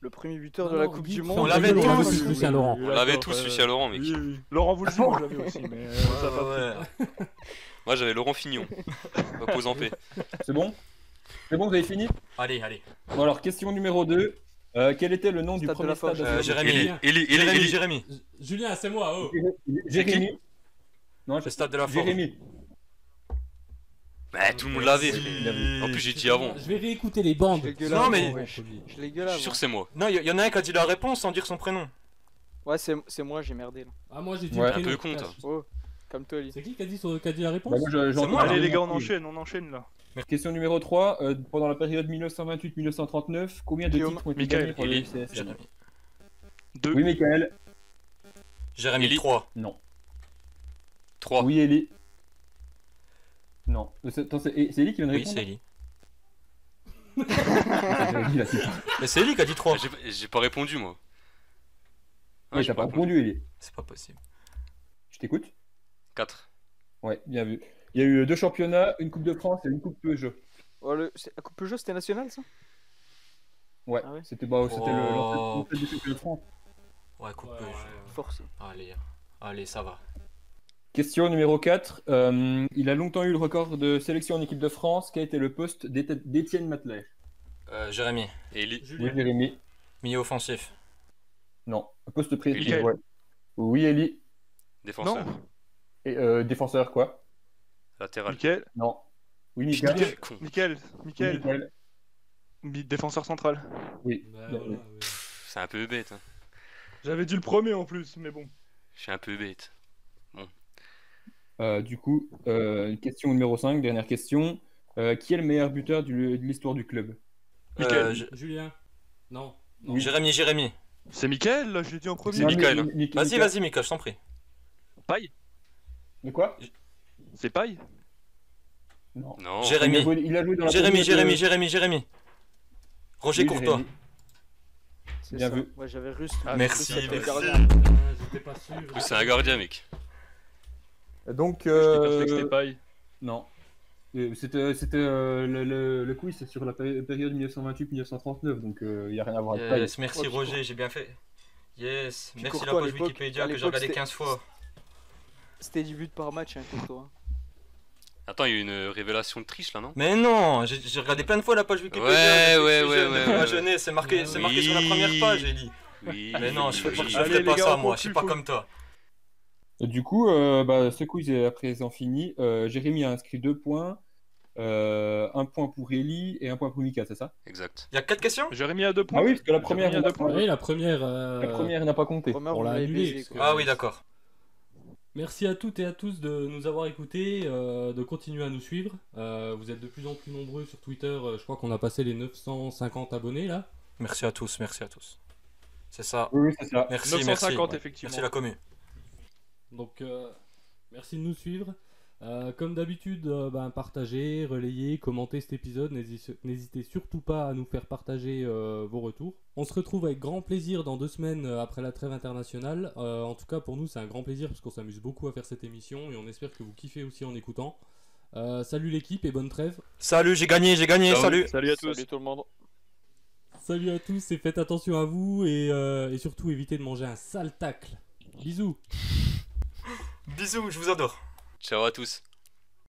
[SPEAKER 10] le premier buteur de
[SPEAKER 6] Non,
[SPEAKER 10] la
[SPEAKER 6] non,
[SPEAKER 10] Coupe
[SPEAKER 6] oublie
[SPEAKER 10] du
[SPEAKER 6] de
[SPEAKER 10] Monde.
[SPEAKER 6] faire
[SPEAKER 8] On l'avait
[SPEAKER 6] Laurent,
[SPEAKER 8] tous.
[SPEAKER 6] on l'avait Lucien Laurent.
[SPEAKER 7] On l'avait
[SPEAKER 11] D'accord,
[SPEAKER 7] tous,
[SPEAKER 11] euh,
[SPEAKER 7] Lucien Laurent, mec.
[SPEAKER 11] Oui, oui. Laurent
[SPEAKER 8] Ah
[SPEAKER 11] vous le savez, je l'avais aussi, mais euh, ça va pas.
[SPEAKER 8] Ouais, ouais.
[SPEAKER 7] Moi j'avais Laurent Fignon. Repose en paix.
[SPEAKER 9] C'est bon C'est bon, vous avez fini
[SPEAKER 8] Allez, allez.
[SPEAKER 9] Bon, alors, question numéro 2. quel était le nom du
[SPEAKER 10] Stade de
[SPEAKER 9] premier
[SPEAKER 10] la
[SPEAKER 9] stade
[SPEAKER 10] Forge.
[SPEAKER 9] à
[SPEAKER 8] Euh,
[SPEAKER 9] Saint-Denis
[SPEAKER 8] Jérémy.
[SPEAKER 7] Ellie, Ellie, Ellie,
[SPEAKER 8] Jérémy,
[SPEAKER 7] Ellie.
[SPEAKER 8] Jérémy.
[SPEAKER 6] J- Julien, c'est moi, oh.
[SPEAKER 9] Jérémy. Non, je
[SPEAKER 8] Le Euh, stade de la forme.
[SPEAKER 9] Jérémy.
[SPEAKER 7] Bah, tout le monde l'avait.
[SPEAKER 8] Oui.
[SPEAKER 7] En plus, j'ai dit avant.
[SPEAKER 6] Je vais réécouter les bandes.
[SPEAKER 10] C'est dégueulasse,
[SPEAKER 8] Non, mais-
[SPEAKER 10] ouais, je- Je l'ai gueule
[SPEAKER 7] Je suis sûr que c'est moi.
[SPEAKER 8] Non, il y, en a un qui a dit la réponse sans dire son prénom.
[SPEAKER 10] Ouais, c'est c'est moi, j'ai merdé là.
[SPEAKER 6] Ah, moi j'ai dit
[SPEAKER 9] Ouais.
[SPEAKER 6] le
[SPEAKER 9] Un
[SPEAKER 6] prénom,
[SPEAKER 7] peu con,
[SPEAKER 6] putain.
[SPEAKER 10] Oh, comme toi, Ellie.
[SPEAKER 6] C'est qui qui a dit, son- qui a dit la réponse
[SPEAKER 9] Bah, moi, je- j'en-
[SPEAKER 8] C'est moi, hein.
[SPEAKER 9] j'en-
[SPEAKER 11] Allez les gars, on enchaîne, on enchaîne là.
[SPEAKER 9] Question numéro 3. pendant la période 1928-1939, combien de
[SPEAKER 10] Guillaume.
[SPEAKER 9] titres ont été
[SPEAKER 11] Michael.
[SPEAKER 9] gagnés pour le
[SPEAKER 7] Ellie.
[SPEAKER 9] UCSM
[SPEAKER 11] Deux.
[SPEAKER 9] Oui, Michael.
[SPEAKER 8] Jérémy
[SPEAKER 7] Ellie.
[SPEAKER 8] 3.
[SPEAKER 9] Non.
[SPEAKER 7] 3.
[SPEAKER 9] Oui, Ellie. Non. Euh, C'est attends, c'est- c'est Ellie qui vient de
[SPEAKER 8] Oui,
[SPEAKER 9] répondre
[SPEAKER 8] c'est Ellie.
[SPEAKER 9] Ah, Ellie, là, c'est-
[SPEAKER 8] Mais c'est Ellie qui a dit 3.
[SPEAKER 7] J'ai pas répondu, moi.
[SPEAKER 9] Ouais, t'as pas répondu, Ellie.
[SPEAKER 8] C'est pas possible.
[SPEAKER 9] Je t'écoute
[SPEAKER 7] 4.
[SPEAKER 9] Ouais, bien vu. Il y a eu deux championnats, une Coupe de France et une Coupe Peugeot.
[SPEAKER 10] Oh, le... c'est- La Coupe Peugeot, c'était national ça
[SPEAKER 9] Ouais,
[SPEAKER 10] Ah ouais
[SPEAKER 9] c'était bah, c'était le-
[SPEAKER 8] Oh.
[SPEAKER 9] l'ancêtre du championnat de France.
[SPEAKER 8] Ouais, coupe.
[SPEAKER 6] Ouais,
[SPEAKER 8] euh,
[SPEAKER 6] ouais,
[SPEAKER 10] Ah, Force.
[SPEAKER 8] Allez, allez, ça va.
[SPEAKER 9] Question numéro 4. il a longtemps eu le record de sélection en équipe de France. Quel était le poste d'Éti- d'Étienne Matelet
[SPEAKER 8] Euh, Jérémy,
[SPEAKER 7] Ellie.
[SPEAKER 9] Oui,
[SPEAKER 6] Julien. Bah,
[SPEAKER 9] Jérémy.
[SPEAKER 8] milieu offensif.
[SPEAKER 9] Non, poste pré
[SPEAKER 11] Michael.
[SPEAKER 9] ouais. Oui, Ellie.
[SPEAKER 7] Défenseur.
[SPEAKER 11] Non.
[SPEAKER 9] Et, euh, défenseur, quoi
[SPEAKER 7] Latéral.
[SPEAKER 11] Michael,
[SPEAKER 9] Non. Oui,
[SPEAKER 7] Putain,
[SPEAKER 9] Michael.
[SPEAKER 7] quel con.
[SPEAKER 11] Michael,
[SPEAKER 9] Oui,
[SPEAKER 11] Michael,
[SPEAKER 9] Michael.
[SPEAKER 11] mi- défenseur central.
[SPEAKER 9] Oui.
[SPEAKER 6] Bah,
[SPEAKER 9] bien
[SPEAKER 6] voilà,
[SPEAKER 9] vu.
[SPEAKER 6] ouais.
[SPEAKER 7] Pff, C'est un peu bête. hein.
[SPEAKER 11] J'avais dit le premier en plus, mais bon.
[SPEAKER 7] Je suis un peu bête.
[SPEAKER 9] Euh, du coup, euh, question numéro 5, dernière question. Euh, qui est le meilleur buteur du- de l'histoire du club
[SPEAKER 11] Michael.
[SPEAKER 8] Euh, J-
[SPEAKER 6] Julien. Non.
[SPEAKER 9] Oui.
[SPEAKER 8] Jérémy, Jérémy.
[SPEAKER 11] C'est Michael, là, je l'ai dit en
[SPEAKER 9] Non,
[SPEAKER 11] premier.
[SPEAKER 9] mais-
[SPEAKER 7] Michael.
[SPEAKER 9] Mi- Michael.
[SPEAKER 8] Vas-y, vas-y, Mika, je t'en prie.
[SPEAKER 9] De quoi
[SPEAKER 11] C'est Paille
[SPEAKER 9] Non.
[SPEAKER 7] Non.
[SPEAKER 8] Jérémy.
[SPEAKER 9] Il a joué- il a joué dans la
[SPEAKER 8] Jérémy,
[SPEAKER 9] période, euh,
[SPEAKER 8] Jérémy, Jérémy, Jérémy. Roger
[SPEAKER 9] oui,
[SPEAKER 8] Courtois.
[SPEAKER 9] Jérémy.
[SPEAKER 10] C'est
[SPEAKER 9] Bien
[SPEAKER 10] ça.
[SPEAKER 9] vu.
[SPEAKER 10] Moi, j'avais Russe.
[SPEAKER 11] Ah,
[SPEAKER 8] Merci,
[SPEAKER 10] Russe, ça peut
[SPEAKER 8] merci.
[SPEAKER 10] le garder.
[SPEAKER 6] Putain, Ah, J'étais pas sûr.
[SPEAKER 7] En plus, C'est un gardien, mec.
[SPEAKER 9] Donc,
[SPEAKER 11] Je t'ai pas fait que
[SPEAKER 9] euh,
[SPEAKER 11] c'était Paille.
[SPEAKER 9] non. Euh, C'était c'était, euh, le, le, le quiz sur la péri- période 1928-1939, donc il n'y a rien à voir avec taille.
[SPEAKER 8] Yes, merci
[SPEAKER 10] Oh, puis
[SPEAKER 8] Roger, j'ai bien fait. Yes,
[SPEAKER 10] Puis
[SPEAKER 8] merci la
[SPEAKER 10] Courtois, à
[SPEAKER 8] page
[SPEAKER 10] l'époque-
[SPEAKER 8] Wikipédia
[SPEAKER 10] à
[SPEAKER 8] que j'ai
[SPEAKER 10] l'époque,
[SPEAKER 8] regardé
[SPEAKER 10] c'était-
[SPEAKER 8] 15 fois.
[SPEAKER 10] C'était 10 buts par match, hein, Courtois. hein.
[SPEAKER 7] Attends, il y a eu une révélation de triche là, non
[SPEAKER 8] Mais non, j'ai j'ai regardé plein de fois la page Wikipédia.
[SPEAKER 7] Ouais,
[SPEAKER 8] depuis que
[SPEAKER 7] ouais,
[SPEAKER 8] je suis
[SPEAKER 7] ouais,
[SPEAKER 8] jeune,
[SPEAKER 7] ouais,
[SPEAKER 8] depuis Ma
[SPEAKER 7] ouais.
[SPEAKER 8] jeunesse, c'est marqué, c'est marqué sur la
[SPEAKER 7] Oui.
[SPEAKER 8] première page, Ellie.
[SPEAKER 7] Oui.
[SPEAKER 8] Mais non, je,
[SPEAKER 7] oui,
[SPEAKER 8] je,
[SPEAKER 7] oui.
[SPEAKER 8] je
[SPEAKER 11] Allez,
[SPEAKER 8] ferais
[SPEAKER 11] les
[SPEAKER 8] pas
[SPEAKER 11] gars,
[SPEAKER 8] ça
[SPEAKER 11] on
[SPEAKER 8] moi, je suis
[SPEAKER 11] conclut,
[SPEAKER 8] pas
[SPEAKER 11] faut-
[SPEAKER 8] comme toi.
[SPEAKER 9] Du coup, euh, bah, ce quiz est à présent fini. Euh, Jérémy a inscrit deux points, euh, un point pour Eli et un point pour Mika, c'est ça
[SPEAKER 7] Exact.
[SPEAKER 8] Il y a quatre questions
[SPEAKER 11] Jérémy a deux points.
[SPEAKER 9] Ah oui, parce que la première,
[SPEAKER 11] Jérémy a
[SPEAKER 9] on
[SPEAKER 11] deux
[SPEAKER 9] l'a
[SPEAKER 11] points.
[SPEAKER 9] pas-
[SPEAKER 6] Oui, la première. euh,
[SPEAKER 9] la première n'a pas compté.
[SPEAKER 1] Romain,
[SPEAKER 6] on
[SPEAKER 1] vous
[SPEAKER 6] l'a
[SPEAKER 1] l'avez
[SPEAKER 6] annulé,
[SPEAKER 1] baisé,
[SPEAKER 6] parce
[SPEAKER 1] quoi.
[SPEAKER 6] que-
[SPEAKER 8] Ah oui, d'accord.
[SPEAKER 6] Merci à toutes et à tous de nous avoir écoutés, euh, de continuer à nous suivre. Euh, vous êtes de plus en plus nombreux sur Twitter. euh, je crois qu'on a passé les 950 abonnés là.
[SPEAKER 8] Merci à tous, merci à tous. C'est ça.
[SPEAKER 9] Oui, oui, c'est ça.
[SPEAKER 8] Merci,
[SPEAKER 11] 950
[SPEAKER 8] merci.
[SPEAKER 11] effectivement.
[SPEAKER 8] Merci la commu.
[SPEAKER 6] Donc, euh, merci de nous suivre. Euh, comme d'habitude, euh, ben, partagez, relayez, commentez cet épisode. N'hési- N'hésitez surtout pas à nous faire partager euh, vos retours. On se retrouve avec grand plaisir dans deux semaines euh, après la trêve internationale. Euh, en tout cas, pour nous, c'est un grand plaisir parce qu'on s'amuse beaucoup à faire cette émission et on espère que vous kiffez aussi en écoutant. Euh, salut l'équipe et bonne trêve.
[SPEAKER 8] Salut, j'ai gagné, j'ai
[SPEAKER 7] Ah Bah
[SPEAKER 8] gagné,
[SPEAKER 11] Ciao.
[SPEAKER 8] salut.
[SPEAKER 11] Salut à tous.
[SPEAKER 1] Salut tout le monde.
[SPEAKER 6] Salut à tous et faites attention à vous et, euh, et surtout évitez de manger un sale tacle. Bisous.
[SPEAKER 8] Bisous, je vous adore.
[SPEAKER 7] Ciao à tous.